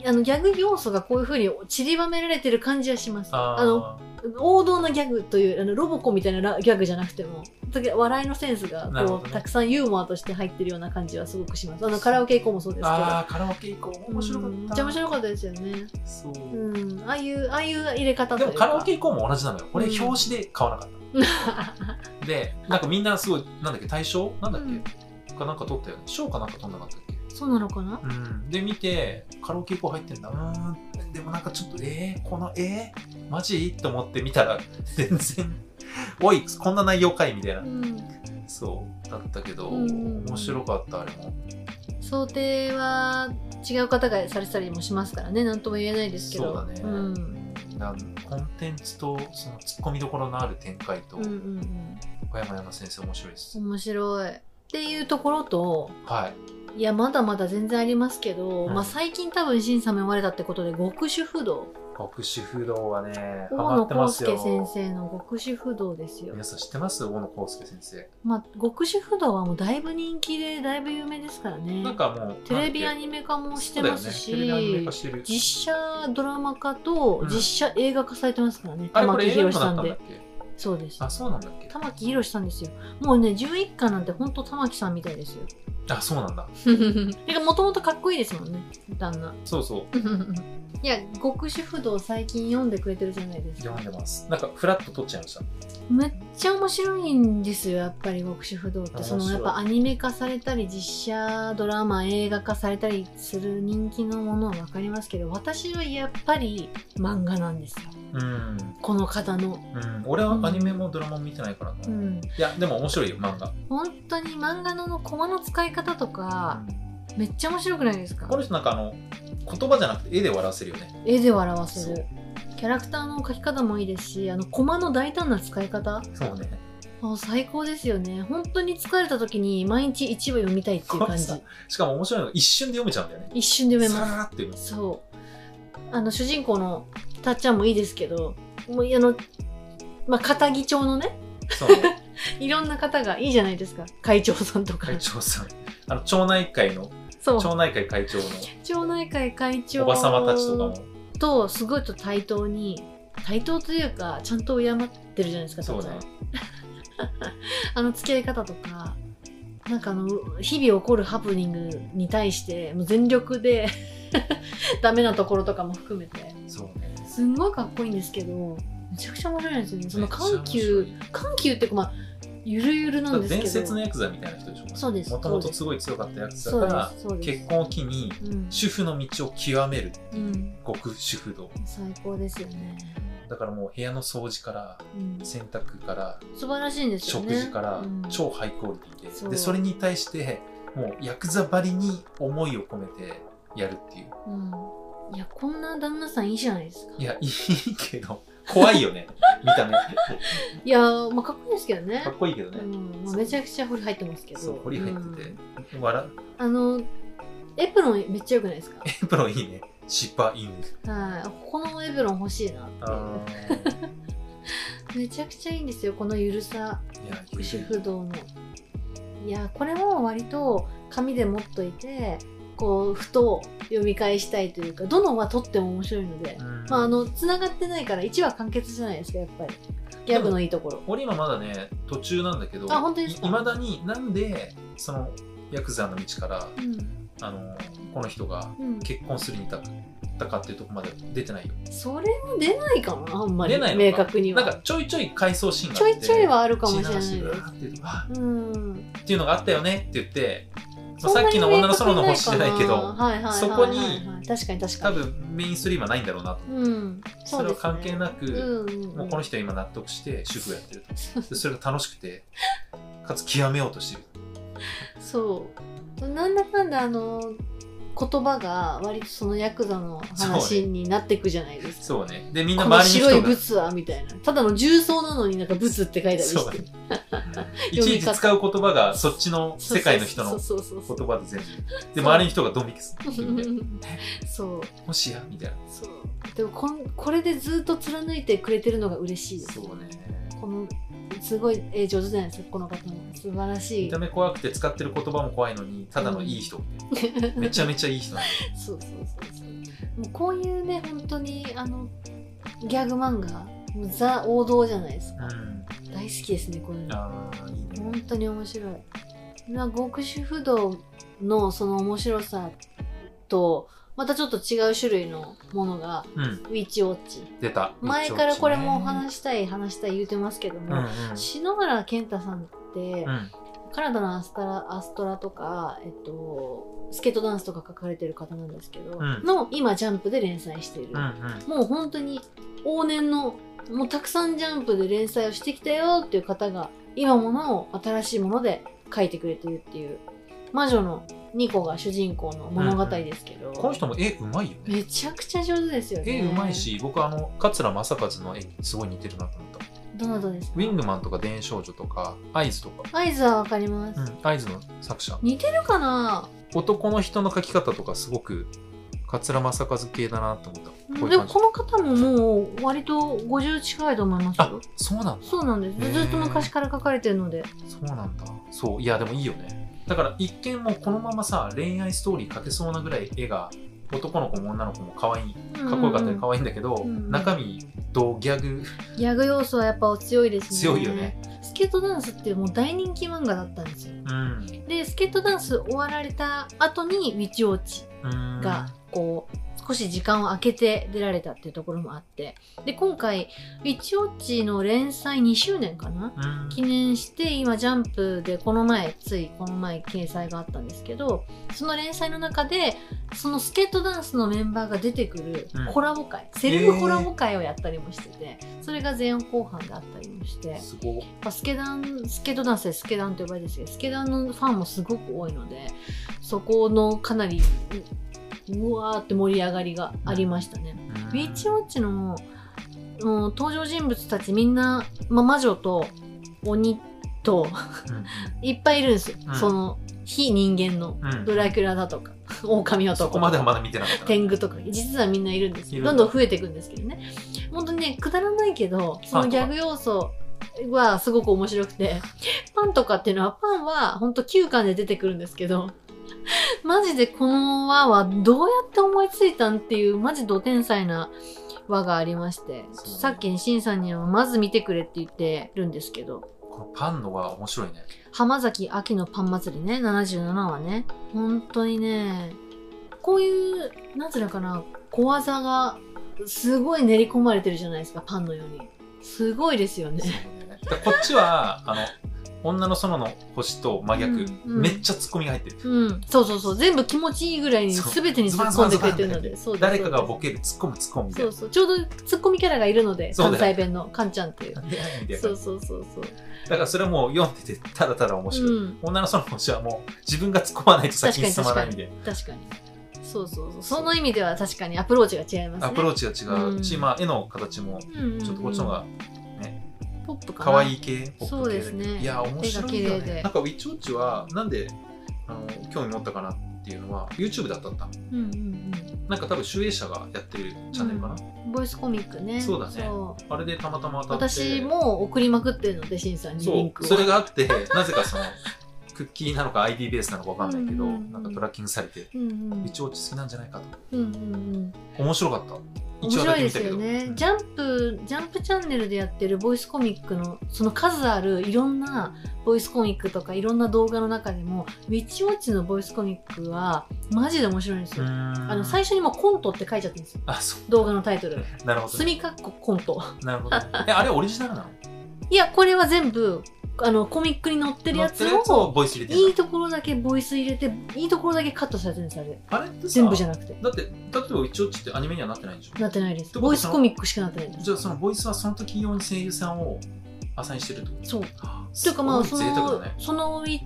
Speaker 1: あのギャグ要素がこういうふうに散りばめられてる感じはしますあの
Speaker 2: あ
Speaker 1: 王道のギャグというあのロボコみたいなラギャグじゃなくてもだけど笑いのセンスが
Speaker 2: なるほ
Speaker 1: こ
Speaker 2: ど
Speaker 1: う、
Speaker 2: ね
Speaker 1: たくさんユーモアとして入ってるような感じはすごくしますあのカラオケ以降もそうですけど
Speaker 2: あーカラオケ行こう面白かっ
Speaker 1: うんめ
Speaker 2: た
Speaker 1: っちゃ面白かったですよね
Speaker 2: そう
Speaker 1: うんああいうああいう入れ方と
Speaker 2: で
Speaker 1: いう
Speaker 2: も
Speaker 1: か
Speaker 2: カラオケ行こうも同じなのよ俺
Speaker 1: うん
Speaker 2: 表紙で買わなか ったでなんかみんなすごいなんだっけ大賞なんだっけかなんか取ったよね賞かなんか取んなかったっけ
Speaker 1: そうなのかな
Speaker 2: うん、で見てカラオケ行こう入ってんだうーんでもなんかちょっとえー、このえー、マジと思って見たら 全然おいこんな内容かいみたいな
Speaker 1: うん
Speaker 2: そうだったけど
Speaker 1: うん
Speaker 2: 面白かったあれも
Speaker 1: 想定は違う方がされてたりもしますからね何とも言えないですけ
Speaker 2: そ
Speaker 1: ど
Speaker 2: うだね、
Speaker 1: ん、
Speaker 2: なんコンテンツとそのツッコミどころのある展開と
Speaker 1: うんうんうん
Speaker 2: 小山山先生面白いです、
Speaker 1: 面白いっていうところと
Speaker 2: はい
Speaker 1: いやまだまだ全然ありますけど、
Speaker 2: うん
Speaker 1: まあ、最近多分審査も生まれたってことで極主不動
Speaker 2: 極主不動はねハ
Speaker 1: 大
Speaker 2: マ
Speaker 1: 野
Speaker 2: ってま
Speaker 1: 康
Speaker 2: すよ
Speaker 1: 介先生の極主不動ですよ
Speaker 2: 皆、さん知ってます大野康介先生、
Speaker 1: まあ、極主不動はもうだいぶ人気でだいぶ有名ですからね
Speaker 2: なんかもう
Speaker 1: テレビア
Speaker 2: メ
Speaker 1: ニメ化もしてますし、
Speaker 2: テレビアニメ化してる
Speaker 1: 実写ドラマ化と
Speaker 2: うん
Speaker 1: 実写映画化されてますからね、
Speaker 2: あれこ
Speaker 1: 玉木
Speaker 2: れ映画に
Speaker 1: 宏
Speaker 2: も
Speaker 1: さ
Speaker 2: なっ
Speaker 1: ん
Speaker 2: たんだっ
Speaker 1: で
Speaker 2: け
Speaker 1: そうです
Speaker 2: あそうなんだっけ
Speaker 1: 玉木宏さんですよもうね11巻なんてほんと玉木さんみたいです よ
Speaker 2: あそうなんだ
Speaker 1: てかもともとかっこいいですもんね旦 那
Speaker 2: そうそう
Speaker 1: いや極主不動最近読んでくれてるじゃないですか
Speaker 2: 読んでますなんかフラッと撮っちゃいました
Speaker 1: めっちゃ面白いんですよやっぱり極主不動って
Speaker 2: 面
Speaker 1: そ
Speaker 2: 白い
Speaker 1: のやっぱアニメ化されたり実写ドラマ映画化されたりする人気のものは分かりますけど私はやっぱり漫画なんですよ
Speaker 2: うん、
Speaker 1: この方の
Speaker 2: うん、俺はアニメもドラマも見てないからな、
Speaker 1: う
Speaker 2: い
Speaker 1: ん
Speaker 2: やでも面白いよ漫画、
Speaker 1: 本当に漫画のあのコマの使い方とかめっちゃ面白くないですか
Speaker 2: この人なんかあの言葉じゃなくて絵で笑わせるよね
Speaker 1: 絵で笑わせ
Speaker 2: そ
Speaker 1: るキャラクターの描き方もいいですしあのコマの大胆な使い方
Speaker 2: そうね
Speaker 1: あ最高ですよね本当に疲れた時に毎日一話読みたいっていう
Speaker 2: こ
Speaker 1: 感
Speaker 2: れ
Speaker 1: じ
Speaker 2: さしかも面白いのが一瞬で読めちゃうんだよね
Speaker 1: 一瞬で読めます
Speaker 2: さらーって読める
Speaker 1: そうあの主人公のたっちゃんもいいですけどもうあのまあ肩議長のね
Speaker 2: そうね
Speaker 1: いろんな方がいいじゃないですか会長さんとか
Speaker 2: 会長さんあの町内会の
Speaker 1: そう
Speaker 2: 町内会会長
Speaker 1: 町内会会長
Speaker 2: のおばさまたちとかも
Speaker 1: とすごいと対等に対等というかちゃんと敬ってるじゃないですか
Speaker 2: そう
Speaker 1: たっ
Speaker 2: ね
Speaker 1: ちゃんあの付き合い方とかなんかあの日々起こるハプニングに対してもう全力で ダメなところとかも含めて
Speaker 2: そうね
Speaker 1: すんごいかっこいいんですけどめちゃくちゃ面白いんですよねその緩急
Speaker 2: めっちゃ面白い
Speaker 1: 緩急っていうかまあゆるゆるなんですけど
Speaker 2: 伝説のヤクザみたいな人でしょ
Speaker 1: そうです
Speaker 2: もともとすごい強かったヤクザ
Speaker 1: そう
Speaker 2: が
Speaker 1: ですそうです
Speaker 2: 結婚を機に
Speaker 1: うん、
Speaker 2: 主婦の道を極める
Speaker 1: うん、
Speaker 2: 極主婦道
Speaker 1: 最高ですよね、
Speaker 2: だからもう部屋の掃除から
Speaker 1: うん、
Speaker 2: 洗濯から
Speaker 1: 素晴らしいんですよ
Speaker 2: 食
Speaker 1: ね
Speaker 2: 事から
Speaker 1: うん
Speaker 2: 超ハイクオリティで,、
Speaker 1: そう
Speaker 2: でそれに対してもうヤクザばりに思いを込めてやるっていう
Speaker 1: うんいやこんな旦那さんいいじゃないですか
Speaker 2: いやいいけど怖いよね見 た目か
Speaker 1: いやまあかっこいいですけどね
Speaker 2: っこいいけど
Speaker 1: う
Speaker 2: ね、
Speaker 1: んまあ、めちゃくちゃ掘り入ってますけど
Speaker 2: そう堀入ってて
Speaker 1: うん、
Speaker 2: 笑う
Speaker 1: あのエプロンめっちゃ良くないですか
Speaker 2: エプロンいいね失敗いいね
Speaker 1: はいこのエプロン欲しいなって
Speaker 2: あー
Speaker 1: いうめちゃくちゃいいんですよこのゆるさ
Speaker 2: いや
Speaker 1: 主婦道のいやこれも割と紙で持っといてこうふと読み返したいというかどのはとっても面白いので、
Speaker 2: うん
Speaker 1: まああの繋がってないから1話完結じゃないですかやっぱりギャグのいいところ
Speaker 2: 俺今まだね途中なんだけど
Speaker 1: あ本当ですか
Speaker 2: いまだになんでそのヤクザの道から
Speaker 1: うん、
Speaker 2: あのこの人が
Speaker 1: うん、
Speaker 2: 結婚するに至ったかっていうとこまで出てないよ
Speaker 1: それも出ないかなあんまり
Speaker 2: 出ないの
Speaker 1: 明確に
Speaker 2: なん
Speaker 1: は
Speaker 2: かちょいちょい回想シーンが
Speaker 1: ちょ
Speaker 2: あっ
Speaker 1: い
Speaker 2: て
Speaker 1: ちょいはあるかもし
Speaker 2: 血
Speaker 1: れない
Speaker 2: 流
Speaker 1: で
Speaker 2: して
Speaker 1: す
Speaker 2: うわーっていうわ
Speaker 1: うん
Speaker 2: ーっていうのがあったよねって言って、まあ、
Speaker 1: そん
Speaker 2: さ
Speaker 1: な
Speaker 2: っき
Speaker 1: に
Speaker 2: の
Speaker 1: 明
Speaker 2: 女
Speaker 1: 確
Speaker 2: のソロの星じゃないけ
Speaker 1: な
Speaker 2: ど
Speaker 1: いかなはいはいはいはいはい
Speaker 2: そこに
Speaker 1: 確かに確かに
Speaker 2: 多分メインストリームはないんだろうなと
Speaker 1: うん
Speaker 2: そ,、
Speaker 1: う
Speaker 2: れ
Speaker 1: です
Speaker 2: は関係なく、
Speaker 1: ねうんうん
Speaker 2: もうこの人は今納得して主婦をやってるとでそれが楽しくてかつ極めようとしてる
Speaker 1: そうなんだかんだあの言葉が割とそのヤクザの話になっていくじゃないですか、
Speaker 2: そうねでみんな
Speaker 1: この
Speaker 2: 周りの
Speaker 1: 白い
Speaker 2: 人が
Speaker 1: ブツはみたいなただの重曹なのになんかブツって書いたりして
Speaker 2: そうねいちいち使う言葉がそっちの世界の人の
Speaker 1: そうそうそうそう
Speaker 2: 言葉で全部で周りの人がドン引きする
Speaker 1: そう
Speaker 2: もしやみたいな
Speaker 1: そうでもこんこれでずっと貫いてくれてるのが嬉しいです
Speaker 2: そうね
Speaker 1: このすごい、えー上手じゃないですかこの方も素晴らし
Speaker 2: 見
Speaker 1: い
Speaker 2: た目怖くて使ってる言葉も怖いのにただのいい人めちゃめちゃいい人なんだよ
Speaker 1: そうそうそうそうもうこういうね本当にあのギャグ漫画もうザ王道じゃないですか、
Speaker 2: う
Speaker 1: 大好きですねこういうんの
Speaker 2: ああいいね
Speaker 1: 本当に面白いまあ極主不動のその面白さとまたちょっと違う種類のものが
Speaker 2: うん
Speaker 1: ウィッチウォッチ
Speaker 2: 出た
Speaker 1: 前からこれもお
Speaker 2: 話
Speaker 1: 話したい話したい言うてますけど
Speaker 2: うんう
Speaker 1: も、
Speaker 2: ん
Speaker 1: 篠原健太さんって、
Speaker 2: うん
Speaker 1: カナダのアスタラアストラとか、えっと、スケートダンスとか書かれてる方なんですけど、
Speaker 2: うん
Speaker 1: の今ジャンプで連載している、
Speaker 2: うんうん
Speaker 1: もう本当に往年のもうたくさんジャンプで連載をしてきたよっていう方が今ものを新しいもので書いてくれてるっていう魔女のニコが主人公の物語ですけど、
Speaker 2: この人も絵うまいよね
Speaker 1: めちゃくちゃ上手ですよね
Speaker 2: 絵うまいし僕あの桂正和の絵にすごい似てるなと思った
Speaker 1: どなたですか
Speaker 2: ウィングマンとか伝承女とか合図とか
Speaker 1: 合図はわかります、
Speaker 2: うん合図の作者
Speaker 1: 似てるかな
Speaker 2: 男の人の描き方とかすごく桂正和系だなと思ったこうい
Speaker 1: でも
Speaker 2: う感じ
Speaker 1: この方ももう割と50近いと思います
Speaker 2: あ
Speaker 1: よ
Speaker 2: そうなんだ
Speaker 1: そうなんです
Speaker 2: へー
Speaker 1: ずっと昔から書かれてるので
Speaker 2: そうなんだそういやでもいいよねだから一見もうこのままさ恋愛ストーリー描けそうなぐらい絵が男の子も女の子も可愛いかっこよかったり可愛いんだけど、
Speaker 1: うんうん
Speaker 2: 中身とギャグ
Speaker 1: ギャグ要素はやっぱお強いですね
Speaker 2: 強いよね
Speaker 1: スケートダンスってもう大人気漫画だったんですよ
Speaker 2: うん
Speaker 1: でスケートダンス終わられた後にウィッチウォッチ
Speaker 2: うん
Speaker 1: がこう少し時間を空けて出られたっていうところもあってで今回ウィッチウォッチの連載2周年かな
Speaker 2: うん
Speaker 1: 記念して今ジャンプでこの前ついこの前掲載があったんですけどその連載の中でそのスケートダンスのメンバーが出てくる
Speaker 2: うん
Speaker 1: コラボ会、セレブコラボ会をやったりもしててそれが前半後半であったりもしてやっ
Speaker 2: すごい
Speaker 1: ぱスケダンスケートダンスでスケダンと呼ばれてるんですけどスケダンのファンもすごく多いのでそこのかなりううわーって盛り上がりがありましたね。
Speaker 2: うん
Speaker 1: ビーチウォッチのうん登場人物たちみんな、まあ、魔女と鬼といっぱいいるんですよ、
Speaker 2: うん
Speaker 1: その非人間の
Speaker 2: うんうん
Speaker 1: ドラキュラだとか 狼
Speaker 2: そ
Speaker 1: 男
Speaker 2: こまではまだ見てなかったな
Speaker 1: 天狗とか実はみんないるんです
Speaker 2: い
Speaker 1: よ
Speaker 2: る
Speaker 1: どんどん増えていくんですけどね本当にねくだらないけどそのギャグ要素はすごく面白くてパンとかっていうのはパンは本当9巻で出てくるんですけどマジでこの輪はどうやって思いついたんっていうマジど天才な輪がありまして
Speaker 2: そう
Speaker 1: さっきしんさんにはまず見てくれって言ってるんですけど
Speaker 2: このパンのが面白いね
Speaker 1: 浜崎秋のパン祭りね77話ね本当にねこういうなんていうのかな小技がすごい練り込まれてるじゃないですかパンのようにすごいですよ
Speaker 2: そう
Speaker 1: ね
Speaker 2: ねだからこっちはあの女の園の星と真逆、
Speaker 1: うんうん
Speaker 2: めっちゃツッコミが入ってる
Speaker 1: うんそうそうそう全部気持ちいいぐらいに
Speaker 2: そう
Speaker 1: 全てに突っ込んでくれてるのでそうです
Speaker 2: 誰かが
Speaker 1: そう
Speaker 2: ボケるツッコむツッコむみ
Speaker 1: です
Speaker 2: たい
Speaker 1: そうそ
Speaker 2: な
Speaker 1: うちょうどツッコミキャラがいるので
Speaker 2: そうだ
Speaker 1: 関
Speaker 2: よ
Speaker 1: 西弁のカンちゃんっていう
Speaker 2: なんでやねんみたいな
Speaker 1: そうそうそうそう
Speaker 2: だからそれはもう読んでてただただ面白い、
Speaker 1: うん
Speaker 2: 女の園の星はもう自分が突っ込まないと先に進まないんで
Speaker 1: 確かにそうそうそうその意味では確かにアプローチが違いますね
Speaker 2: アプローチが違うし、
Speaker 1: うん
Speaker 2: まあ、絵の形も
Speaker 1: うん
Speaker 2: ちょっとこっちの方
Speaker 1: が
Speaker 2: が
Speaker 1: ポップかな
Speaker 2: 可愛い系ポップ系
Speaker 1: そうですね
Speaker 2: いや面白い
Speaker 1: 絵
Speaker 2: よ
Speaker 1: が綺麗
Speaker 2: ね
Speaker 1: で
Speaker 2: なんかウィッチウォッチはなんであの興味持ったかなっていうのは YouTube だったんだ
Speaker 1: うんうんうん
Speaker 2: なんか多分集英社がやってるチャンネルかな、
Speaker 1: ボイスコミックね。
Speaker 2: そうだね
Speaker 1: そう
Speaker 2: あれでたまたま当たって
Speaker 1: 私も送りまくってるので、しんさんにリ
Speaker 2: そ
Speaker 1: ンク
Speaker 2: う
Speaker 1: を。
Speaker 2: それがあってなぜかそのクッキーなのか ID ベースなのかわかんないけど、
Speaker 1: うんうんうん
Speaker 2: なんかトラッキングされて
Speaker 1: うんうん
Speaker 2: 一応落ち着きなんじゃないかと
Speaker 1: うんうんうん
Speaker 2: 面白かった
Speaker 1: 面
Speaker 2: 一話だ
Speaker 1: 白い
Speaker 2: け
Speaker 1: で
Speaker 2: 見
Speaker 1: す
Speaker 2: たけ
Speaker 1: よ
Speaker 2: ど、う
Speaker 1: ね
Speaker 2: ん。
Speaker 1: ジャンプ、ジャンプチャンネルでやってるボイスコミックの、その数あるいろんなボイスコミックとかいろんな動画の中でも、ウィッチウォッチのボイスコミックは、マジで面白いんです
Speaker 2: う
Speaker 1: よ。
Speaker 2: ん
Speaker 1: あの、最初にもうコントって書いちゃってるんですよ。
Speaker 2: あそ
Speaker 1: 動画のタイトル。
Speaker 2: うなるほど、ね、
Speaker 1: 墨かっこコント。
Speaker 2: なるほどねえあれオリジナルなの
Speaker 1: いや、これは全部、あの、コミックに載ってるやつ
Speaker 2: 乗ってるやつを
Speaker 1: を、
Speaker 2: ボイス入れてる
Speaker 1: いいところだけボイス入れて、いいところだけカットされてるんです、あれ。
Speaker 2: あれってさ
Speaker 1: 全部じゃなくて。
Speaker 2: だって例えば一応ちってアニメにはなってないんでしょ
Speaker 1: なってないで
Speaker 2: っ
Speaker 1: す。
Speaker 2: てこと
Speaker 1: ボイスコミックしかなってないです。
Speaker 2: じゃあそのボイスはその時用に声優さんをアサインしてるってこと
Speaker 1: そう。
Speaker 2: あ
Speaker 1: というかまあ
Speaker 2: す
Speaker 1: そ
Speaker 2: ごい贅沢
Speaker 1: の、
Speaker 2: だね
Speaker 1: そのい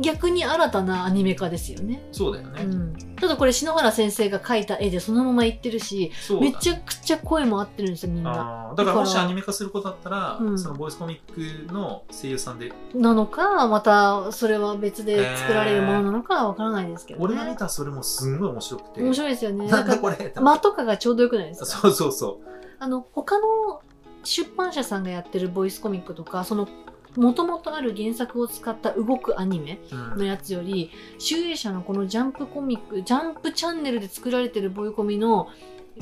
Speaker 1: 逆に新たなアニメ化ですよね。
Speaker 2: そうだよね、
Speaker 1: うん、ただこれ篠原先生が描いた絵でそのまま言ってるし、
Speaker 2: そうだ
Speaker 1: めちゃくちゃ声も合ってるんですよみんな。
Speaker 2: あーだから
Speaker 1: だから
Speaker 2: もしアニメ化することだったら、
Speaker 1: うん
Speaker 2: そのボイスコミックの声優さんで
Speaker 1: なのかまたそれは別で作られるものなのかはわからないですけど
Speaker 2: 俺
Speaker 1: ね。
Speaker 2: が見たそれもすんごい面白くて
Speaker 1: 面白いですよね。な
Speaker 2: なんんだ
Speaker 1: か
Speaker 2: これ
Speaker 1: 間とかがちょうどよくないですか
Speaker 2: そうそうそう
Speaker 1: あの他の出版社さんがやってるボイスコミックとかその元々ある原作を使った動くアニメ
Speaker 2: うん、
Speaker 1: のやつより集英社のこのジャンプコミックジャンプチャンネルで作られてるボイコミの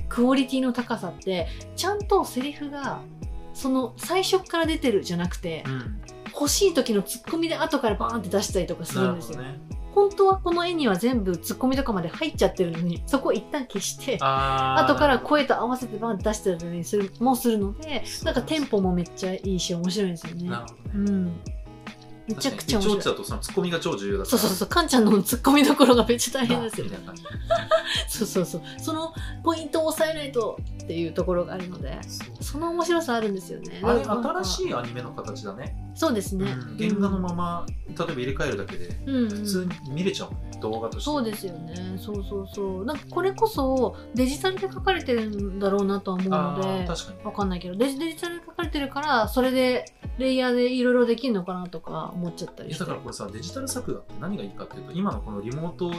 Speaker 1: クオリティの高さってちゃんとセリフがその最初から出てるじゃなくて
Speaker 2: うん
Speaker 1: 欲しい時のツッコミで後からバーンって出したりとかす
Speaker 2: な
Speaker 1: る
Speaker 2: る
Speaker 1: んで
Speaker 2: ほ
Speaker 1: す
Speaker 2: ど
Speaker 1: よ、
Speaker 2: ね
Speaker 1: 本当はこの絵には全部ツッコミとかまで入っちゃってるのにそこを一旦消して
Speaker 2: あー
Speaker 1: 後から
Speaker 2: なるほど
Speaker 1: 声と合わせてバーンって出してるのにするもするのでなんかテンポもめっちゃいいし面白いんですよね
Speaker 2: なるほどね、
Speaker 1: うんめちゃくちゃ面
Speaker 2: 確かに一応
Speaker 1: 白い
Speaker 2: ちだとそのツッコミが超重要だから
Speaker 1: そうそうそう、カンちゃんのツッコミどころがめっちゃ大変ですよ
Speaker 2: みた
Speaker 1: ね
Speaker 2: い。な感じ
Speaker 1: そうそうそう。そのポイントを抑えないとっていうところがあるので、
Speaker 2: そう
Speaker 1: その面白さあるんですよね。
Speaker 2: あれ
Speaker 1: なんか
Speaker 2: 新しいアニメの形だね、
Speaker 1: そうです
Speaker 2: うん
Speaker 1: ね。
Speaker 2: 原画のまま例えば入れ替えるだけで
Speaker 1: うん、
Speaker 2: 普通に見れちゃうもんね動画として
Speaker 1: そうですよね。そうそうそう。なんかこれこそデジタルで書かれてるんだろうなとは思う
Speaker 2: あ
Speaker 1: の
Speaker 2: ー
Speaker 1: で、
Speaker 2: 確かに
Speaker 1: わかんないけど、デジデジタルで書かれてるから、それでレイヤーでいろいろできるのかなとか思っちゃった
Speaker 2: い
Speaker 1: り
Speaker 2: や
Speaker 1: して
Speaker 2: だか。らこれさデジタル作画って何がいいかっていうと今のこのリモート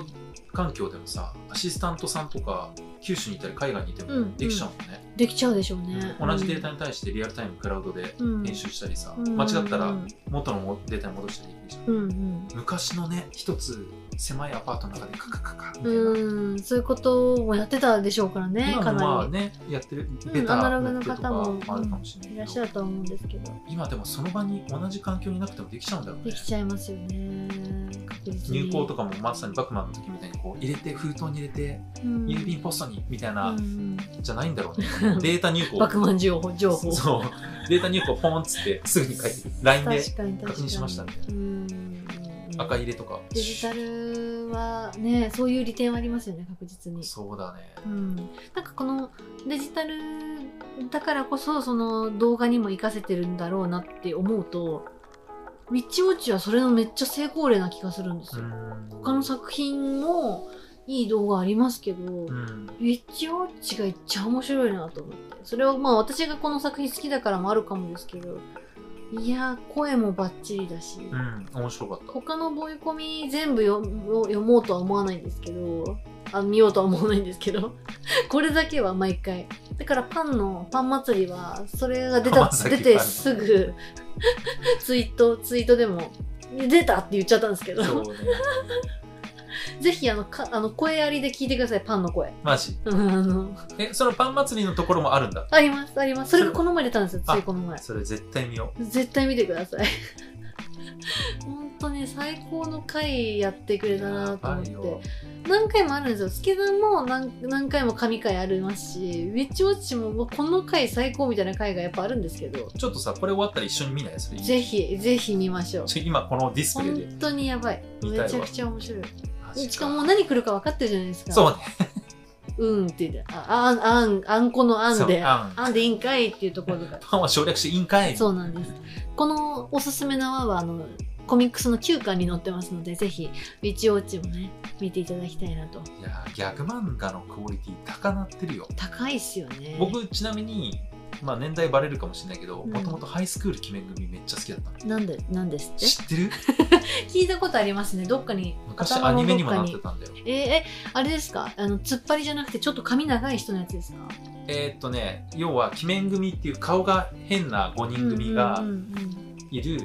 Speaker 2: 環境でもさアシスタントさんとか九州にいたり海外にいて
Speaker 1: うんう
Speaker 2: も
Speaker 1: ん
Speaker 2: できちゃうもんね、
Speaker 1: できちゃうでしょうね。
Speaker 2: 同じデータに対してリアルタイムクラウドで
Speaker 1: うん
Speaker 2: 編集したりさ、
Speaker 1: うん
Speaker 2: 間違った
Speaker 1: う
Speaker 2: ら
Speaker 1: ん
Speaker 2: 元のデータに戻したりできるじゃん、
Speaker 1: うんうん。
Speaker 2: 昔のね一つ狭いアパートの中でカカカカみたいな、
Speaker 1: うん、そういうこともやってたでしょうからね、
Speaker 2: 今
Speaker 1: か
Speaker 2: もま
Speaker 1: な
Speaker 2: あ
Speaker 1: り。
Speaker 2: ねやってるベタ
Speaker 1: アナ
Speaker 2: な
Speaker 1: ログ
Speaker 2: や
Speaker 1: の
Speaker 2: ってるとか
Speaker 1: 方も
Speaker 2: もあるかもしれ
Speaker 1: いらっ
Speaker 2: ないけ
Speaker 1: し
Speaker 2: ど、
Speaker 1: ゃるとは思うんですけど、
Speaker 2: 今でもその場に同じ環境になくてもできちゃうんだろう
Speaker 1: で
Speaker 2: ね
Speaker 1: きちゃいますよね。確実に
Speaker 2: 入稿とかもまさにバックマンの時みたいにこう入れて封筒に入れて
Speaker 1: うん
Speaker 2: 郵便ポストにみたいな、
Speaker 1: うん
Speaker 2: じゃないんだろうねデータ入稿
Speaker 1: バックマン情報、情報。
Speaker 2: そうデータ入稿ポンっつってすぐに返ってくる LINE で
Speaker 1: 確かに確かに。
Speaker 2: 確認しましたね
Speaker 1: うん。
Speaker 2: 赤入れとか
Speaker 1: デジタルはね、そういう利点はありますよね、確実に。
Speaker 2: そうだね
Speaker 1: うん、なんかこのデジタルだからこそその動画にも活かせてるんだろうなって思うとウィッチウォッチはそれのめっちゃ成功例な気がするんです
Speaker 2: う
Speaker 1: よ、
Speaker 2: ん
Speaker 1: 他の作品もいい動画ありますけど、
Speaker 2: う
Speaker 1: ウ
Speaker 2: ん
Speaker 1: ィッチウォッチがいっちゃ面白いなと思ってそれはまあ私がこの作品好きだからもあるかもですけどいやー声もバッチリだし、
Speaker 2: うん面白かっ
Speaker 1: 他のボイコミ全部読読もうとは思わないんですけどあ見ようとは思わないんですけど これだけは毎回だからパンのパン祭りはそれが出
Speaker 2: パン
Speaker 1: た
Speaker 2: 祭り
Speaker 1: 出てすぐツイートツイートでも出たって言っちゃったんですけ
Speaker 2: たそ
Speaker 1: ど
Speaker 2: うね
Speaker 1: ぜひあのかあの声ありで聞いてくださいパンの声
Speaker 2: マジ
Speaker 1: うんあの
Speaker 2: えそのパン祭りのところもあるんだ
Speaker 1: ありますありますそれがこの前出たんですよつ
Speaker 2: あ
Speaker 1: いこの前
Speaker 2: それ絶対見よ
Speaker 1: 絶対見てください 本当ね最高の回やってく
Speaker 2: う
Speaker 1: れたなと思っ
Speaker 2: やばい
Speaker 1: て
Speaker 2: よ
Speaker 1: 何回もあるんですよ。スケダンも何何回も神回ありますし、ウィッチウォッチももうこの回最高みたいな回がやっぱあるんですけど、
Speaker 2: ちょっとさこれ終わったら一緒に見ないそれ
Speaker 1: ぜひ、ぜひ見ましょう。
Speaker 2: ちょ今このディスプレイで
Speaker 1: 本当にやばい。
Speaker 2: 見たいわ
Speaker 1: めちゃくちゃ面白
Speaker 2: マジ
Speaker 1: い。しかももう何来るか分かってるじゃないですか。
Speaker 2: そうね
Speaker 1: う。んって言って、あ、あん、あん、あんこのあん
Speaker 2: そう
Speaker 1: で、あ
Speaker 2: あん
Speaker 1: んでいいんかいっていうところとか。
Speaker 2: パンは省略していいんかい
Speaker 1: そうなんです。このおすすめの輪は、あの、コミックスの9巻に載ってますので、ぜひ、ウィッチウォッチもね、見ていただきたいなと。
Speaker 2: いやーギャグ漫画のクオリティ高なってるよ
Speaker 1: 高いっすよね。
Speaker 2: 僕ちなみにまあ年代バレるかもしれないけど
Speaker 1: うん
Speaker 2: もともとハイスクール鬼面組めっちゃ好きだったの
Speaker 1: なんで、なんですって
Speaker 2: 知ってる
Speaker 1: 聞いたことありますねどっかに
Speaker 2: 昔アニメにもなって
Speaker 1: 頭のどった
Speaker 2: んだよ
Speaker 1: かにえーえあれですかあの突っ張りじゃなくてちょっと髪長い人のやつですか
Speaker 2: えーっとね要は鬼面組っていう顔が変な5人組が
Speaker 1: うんうん
Speaker 2: いる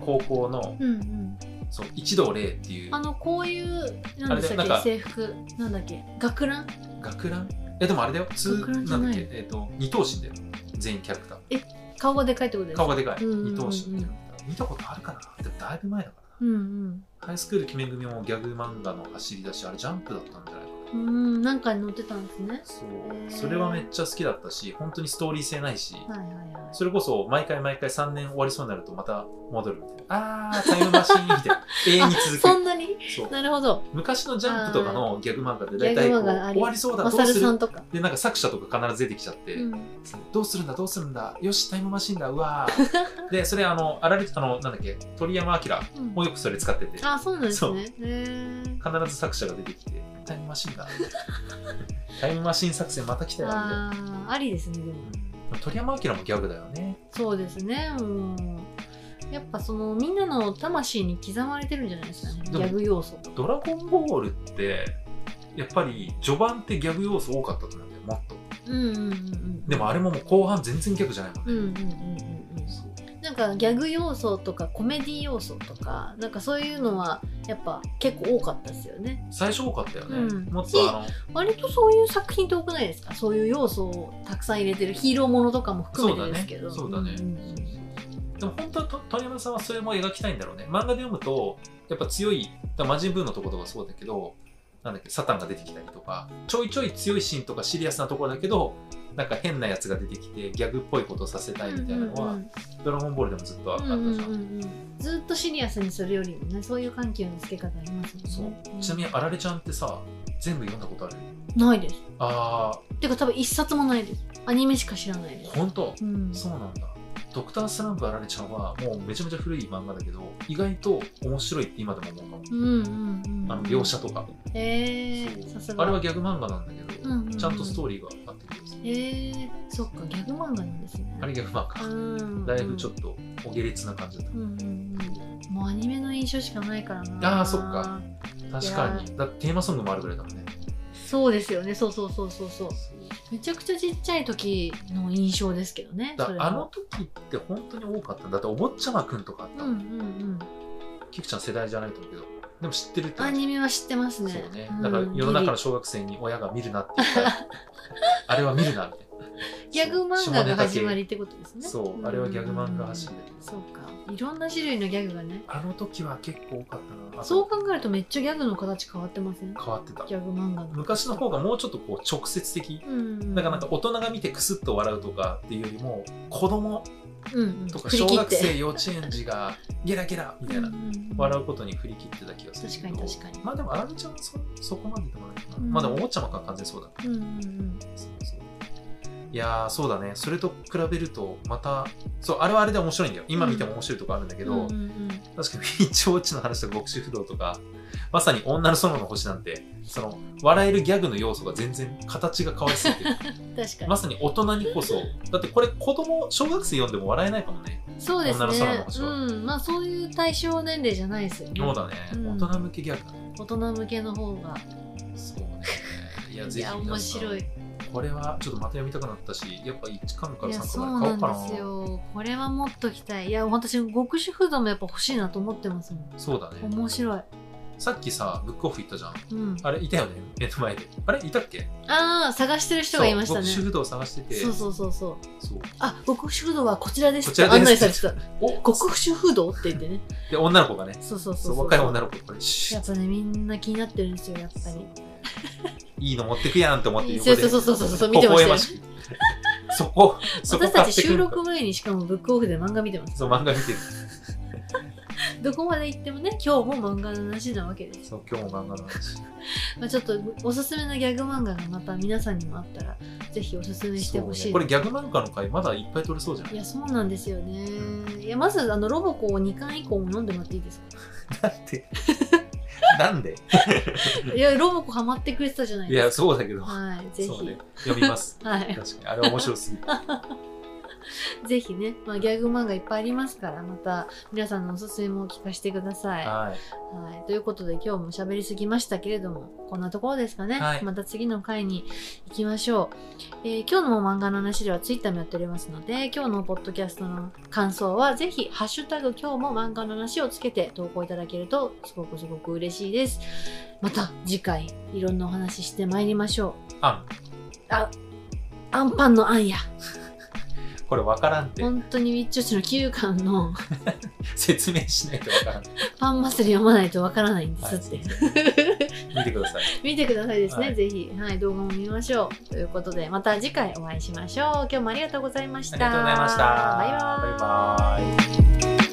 Speaker 2: 高校の
Speaker 1: うんうん
Speaker 2: そう一同礼っていう
Speaker 1: あのこういうなんでした
Speaker 2: あれだよなん
Speaker 1: っ
Speaker 2: か
Speaker 1: け制服なんだっけ学ラン
Speaker 2: 学ランえでもあれだよ通
Speaker 1: 学ランじ
Speaker 2: な
Speaker 1: ゃ
Speaker 2: んだ
Speaker 1: な
Speaker 2: っ
Speaker 1: い
Speaker 2: け、えっと二頭身だよ全員キャラクター
Speaker 1: 顔がでかいってことです
Speaker 2: 顔
Speaker 1: が
Speaker 2: がでかい
Speaker 1: うんうんうん
Speaker 2: 二頭身みたいな見たことあるかなでもだいぶ前だからな
Speaker 1: うん
Speaker 2: ハイスクール決め組もギャグ漫画の走り出しあれジャンプだったんじゃないかな
Speaker 1: うんうんなんかに乗ってたんですね
Speaker 2: そ
Speaker 1: へー
Speaker 2: うそれはめっちゃ好きだったし本当にストーリー性ないし
Speaker 1: はいはいはい
Speaker 2: それこそ毎回毎回3年終わりそうになるとまた戻るみたいなあータイムマシーンみ たいな永遠に続く
Speaker 1: そんなに
Speaker 2: そう
Speaker 1: なるほど
Speaker 2: 昔のジャンプとかのギャグ漫画で大
Speaker 1: ギ
Speaker 2: 体
Speaker 1: ャ
Speaker 2: こ
Speaker 1: グ
Speaker 2: う
Speaker 1: 漫画あり
Speaker 2: 終わりそうだ
Speaker 1: マ
Speaker 2: ど
Speaker 1: サ
Speaker 2: う
Speaker 1: ル
Speaker 2: す
Speaker 1: さん
Speaker 2: る
Speaker 1: とか、
Speaker 2: でなんか作者とか必ず出てきちゃって、
Speaker 1: うん、
Speaker 2: どうするんだどうするんだよしタイムマシンだうわ ーでそれあのあられあのなんだっけ鳥山明
Speaker 1: うん
Speaker 2: もよくそれ使ってて
Speaker 1: あそうなんです
Speaker 2: そう
Speaker 1: ねへー
Speaker 2: 必ず作者が出てきてタイムマシン だタイムマシン作戦また来たよみたいな
Speaker 1: あーありですねでも
Speaker 2: うん鳥山明もギャグだよね
Speaker 1: そうですねもうやっぱそのみんなの魂に刻まれてるんじゃないですかね
Speaker 2: で
Speaker 1: ギ
Speaker 2: も
Speaker 1: ャグ要素
Speaker 2: ドラゴンボールってやっぱり序盤ってギャグ要素多かったと思うんだよもっと
Speaker 1: うんうんうんうん
Speaker 2: でもあれももう後半全然ギャグじゃないもんね、
Speaker 1: うんうんうんうんうん
Speaker 2: そう
Speaker 1: なんかギャグ要素とかコメディ要素とかなんかそういうのはやっぱ結構多かったですよね
Speaker 2: 最初多かったよね、
Speaker 1: うん
Speaker 2: もっとあの
Speaker 1: 割とそういう作品って多くないですかそういう要素をたくさん入れてるヒーローものとかも含めてですけど
Speaker 2: そうだねそうだね
Speaker 1: んうんうん
Speaker 2: でも本当はと鳥山さんはそれも描きたいんだろうね漫画で読むとやっぱ強いだから魔人ブーのところとかそうだけどなんだっけサタンが出てきたりとかちょいちょい強いシーンとかシリアスなところだけどなんか変なやつが出てきてギャグっぽいことをさせたいみたいなのは、
Speaker 1: うん
Speaker 2: ドラゴンボールでもずっとあったじゃ
Speaker 1: うん
Speaker 2: ん,、
Speaker 1: うんうんうんずっとシリアスにするよりもねそういう緩急のつけ方あります
Speaker 2: そ
Speaker 1: もん
Speaker 2: う
Speaker 1: ね
Speaker 2: ちなみにあられちゃんってさ全部読んだことある
Speaker 1: ないです
Speaker 2: あ
Speaker 1: てか多分一冊もないですアニメしか知らないで
Speaker 2: ー
Speaker 1: す、
Speaker 2: 本当
Speaker 1: うん、
Speaker 2: そうなんだドクタースランプあられちゃんはもうめちゃめちゃ古い漫画だけど意外と面白いって今でも思うか
Speaker 1: う
Speaker 2: も
Speaker 1: んうんうん
Speaker 2: あの描写とか
Speaker 1: え
Speaker 2: そ
Speaker 1: ー、
Speaker 2: う
Speaker 1: さすが
Speaker 2: あれはギャグ漫画なんだけ
Speaker 1: う
Speaker 2: ど、
Speaker 1: んうんうん
Speaker 2: ちゃんとストーリーがあってくるんですよ
Speaker 1: えー、そっかギャグ漫画なんですね
Speaker 2: あれギャグ漫
Speaker 1: う
Speaker 2: 画、
Speaker 1: ん
Speaker 2: だいぶちょっとお下劣な感じだっ
Speaker 1: うんうんうんもうアニメの印象しかないからな
Speaker 2: あーそっかた、確かにだってテーマソングもあるぐらいだもんね
Speaker 1: そうですよねそうそうそうそうそうめちゃくちゃちっちゃい時の印象ですけどね
Speaker 2: だ
Speaker 1: それは
Speaker 2: あの時って本当に多かっただってお坊ちゃまくんとかあった
Speaker 1: うんう
Speaker 2: もん、
Speaker 1: んうん
Speaker 2: キクちゃん世代じゃないと思うけどでも知ってるって
Speaker 1: アニメは知ってますね
Speaker 2: そうね
Speaker 1: うん
Speaker 2: だから世の中の小学生に親が見るなって言ったら あれは見るなみたいな
Speaker 1: ギャグ漫画が始まりってことですね
Speaker 2: そうあれはギャグ漫画走り
Speaker 1: り
Speaker 2: だけど
Speaker 1: そうかいろんな種類のギャグがね
Speaker 2: あの時は結構多かったなあと
Speaker 1: そう考えるとめっちゃギャグの形変わってませんギ
Speaker 2: 変わってた
Speaker 1: ャグ漫画の
Speaker 2: 昔の方がもうちょっとこう直接的
Speaker 1: うん
Speaker 2: だからなんか大人が見てクスッと笑うとかっていうよりも子供
Speaker 1: うんうん
Speaker 2: とか
Speaker 1: 振り
Speaker 2: 小
Speaker 1: 切っ
Speaker 2: 学
Speaker 1: て
Speaker 2: 生幼稚園児がゲラゲラみたいな
Speaker 1: うんうんうん
Speaker 2: 笑うことに振り切ってた気がするけど
Speaker 1: 確かに確かに
Speaker 2: まあでもあらみちゃんはそそこまででもないかな、
Speaker 1: うん
Speaker 2: まあでもおもちゃまが完全にそうだ
Speaker 1: うんうんうん
Speaker 2: そうそういやーそうだねそれと比べるとまたそうあれはあれで面白いんだよ今見ても面白いとこあるんだけど、
Speaker 1: うんうんうん
Speaker 2: 確かに「一応落ちの話」とか「極主不動」とかまさに「女の園の星」なんてその笑えるギャグの要素が全然形が変わり すぎてる
Speaker 1: 確かに
Speaker 2: まさに大人にこそだってこれ子供小学生読んでも笑えないかもね
Speaker 1: そうです
Speaker 2: 女の空の
Speaker 1: ね
Speaker 2: 星は
Speaker 1: うんまあそういう対象年齢じゃないですよね
Speaker 2: そうだね、
Speaker 1: うん
Speaker 2: 大人向けギャグだね
Speaker 1: 大人向けの方が
Speaker 2: そうねいや
Speaker 1: い
Speaker 2: ぜひ
Speaker 1: や面白い
Speaker 2: これはちょっとまた読みたくなったしやっぱ1巻か
Speaker 1: い
Speaker 2: ら
Speaker 1: や
Speaker 2: 3
Speaker 1: そ
Speaker 2: 巻
Speaker 1: う
Speaker 2: ま
Speaker 1: な
Speaker 2: で
Speaker 1: ん
Speaker 2: 買
Speaker 1: で
Speaker 2: おうか
Speaker 1: す
Speaker 2: な
Speaker 1: よこれはもっときたいいや私極主不動もやっぱ欲しいなと思ってますもん
Speaker 2: そうだね
Speaker 1: 面白い、
Speaker 2: さっきさブックオフ行ったじゃん
Speaker 1: うん、
Speaker 2: あれいたよね目の前であれいたっけ
Speaker 1: ああ探してる人がいましたね
Speaker 2: そう僕主
Speaker 1: そ
Speaker 2: 婦道を探してて
Speaker 1: うそうそうそう
Speaker 2: そう
Speaker 1: あ極主不動はこちらですっ
Speaker 2: こち
Speaker 1: て
Speaker 2: らです
Speaker 1: 案内されてた
Speaker 2: お
Speaker 1: 極主不動って言ってね
Speaker 2: で女の子がね
Speaker 1: そうそう
Speaker 2: そ
Speaker 1: そううそう
Speaker 2: 若い女の子これシュ
Speaker 1: や
Speaker 2: ッ
Speaker 1: っぱねみんな気になってるんですよやっぱり
Speaker 2: いいの持ってくやんと思って
Speaker 1: そうそうそうそうそうそう見てましたよ
Speaker 2: 微笑しくそ こそこ
Speaker 1: 私た
Speaker 2: 買
Speaker 1: ち
Speaker 2: ってく
Speaker 1: 収
Speaker 2: る
Speaker 1: 録前にしかもブックオフで漫画見てます
Speaker 2: そう漫画見てる
Speaker 1: どこまで行ってもね今日も漫画の話なわけです、
Speaker 2: そう今日も漫画の話
Speaker 1: まあ、ちょっとおすすめのギャグ漫画がまた皆さんにもあったらぜひおすすめしてほ
Speaker 2: そう
Speaker 1: し
Speaker 2: ね
Speaker 1: い
Speaker 2: これギャグ漫画の回まだいっぱい取れそうじゃない
Speaker 1: いやそうなんですよねいやまずあのロボコを2巻以降も読んでもらっていいですか
Speaker 2: だ ってなんで
Speaker 1: いやロボコハマってくれてたじゃない
Speaker 2: い
Speaker 1: です
Speaker 2: やそうだけど
Speaker 1: かはいぜひ、
Speaker 2: そうね読みます
Speaker 1: はい
Speaker 2: 確かにあれ面白すぎる
Speaker 1: ぜひね、まあ、ギャグ漫画いっぱいありますからまた皆さんのおすすめも聞かせてください。は
Speaker 2: はい。
Speaker 1: い、ということで今日も喋りすぎましたけれどもこんなところですかね、
Speaker 2: はい
Speaker 1: また次の回に行きましょう、えー今日の漫画の話ではツイッターもやっておりますので今日のポッドキャストの感想はぜひ「ハッシュタグ今日も漫画の話」をつけて投稿いただけるとすごくすごく嬉しいですまた次回いろんなお話ししてまいりましょう
Speaker 2: あ
Speaker 1: アンパンのあんや
Speaker 2: ん、これわからんって
Speaker 1: 本当にミッチョ氏の9巻の
Speaker 2: 説明しないとわからん。
Speaker 1: パン祭り読まないとわからないんで
Speaker 2: は
Speaker 1: す
Speaker 2: い
Speaker 1: っ
Speaker 2: す
Speaker 1: て
Speaker 2: い、ません見てください。
Speaker 1: 見てくださいですね、
Speaker 2: はい
Speaker 1: ぜひ、はい、動画も見ましょうということでまた次回お会いしましょう今日もありがとうございました
Speaker 2: ありがとうございました。
Speaker 1: バイバーイ
Speaker 2: バイバイ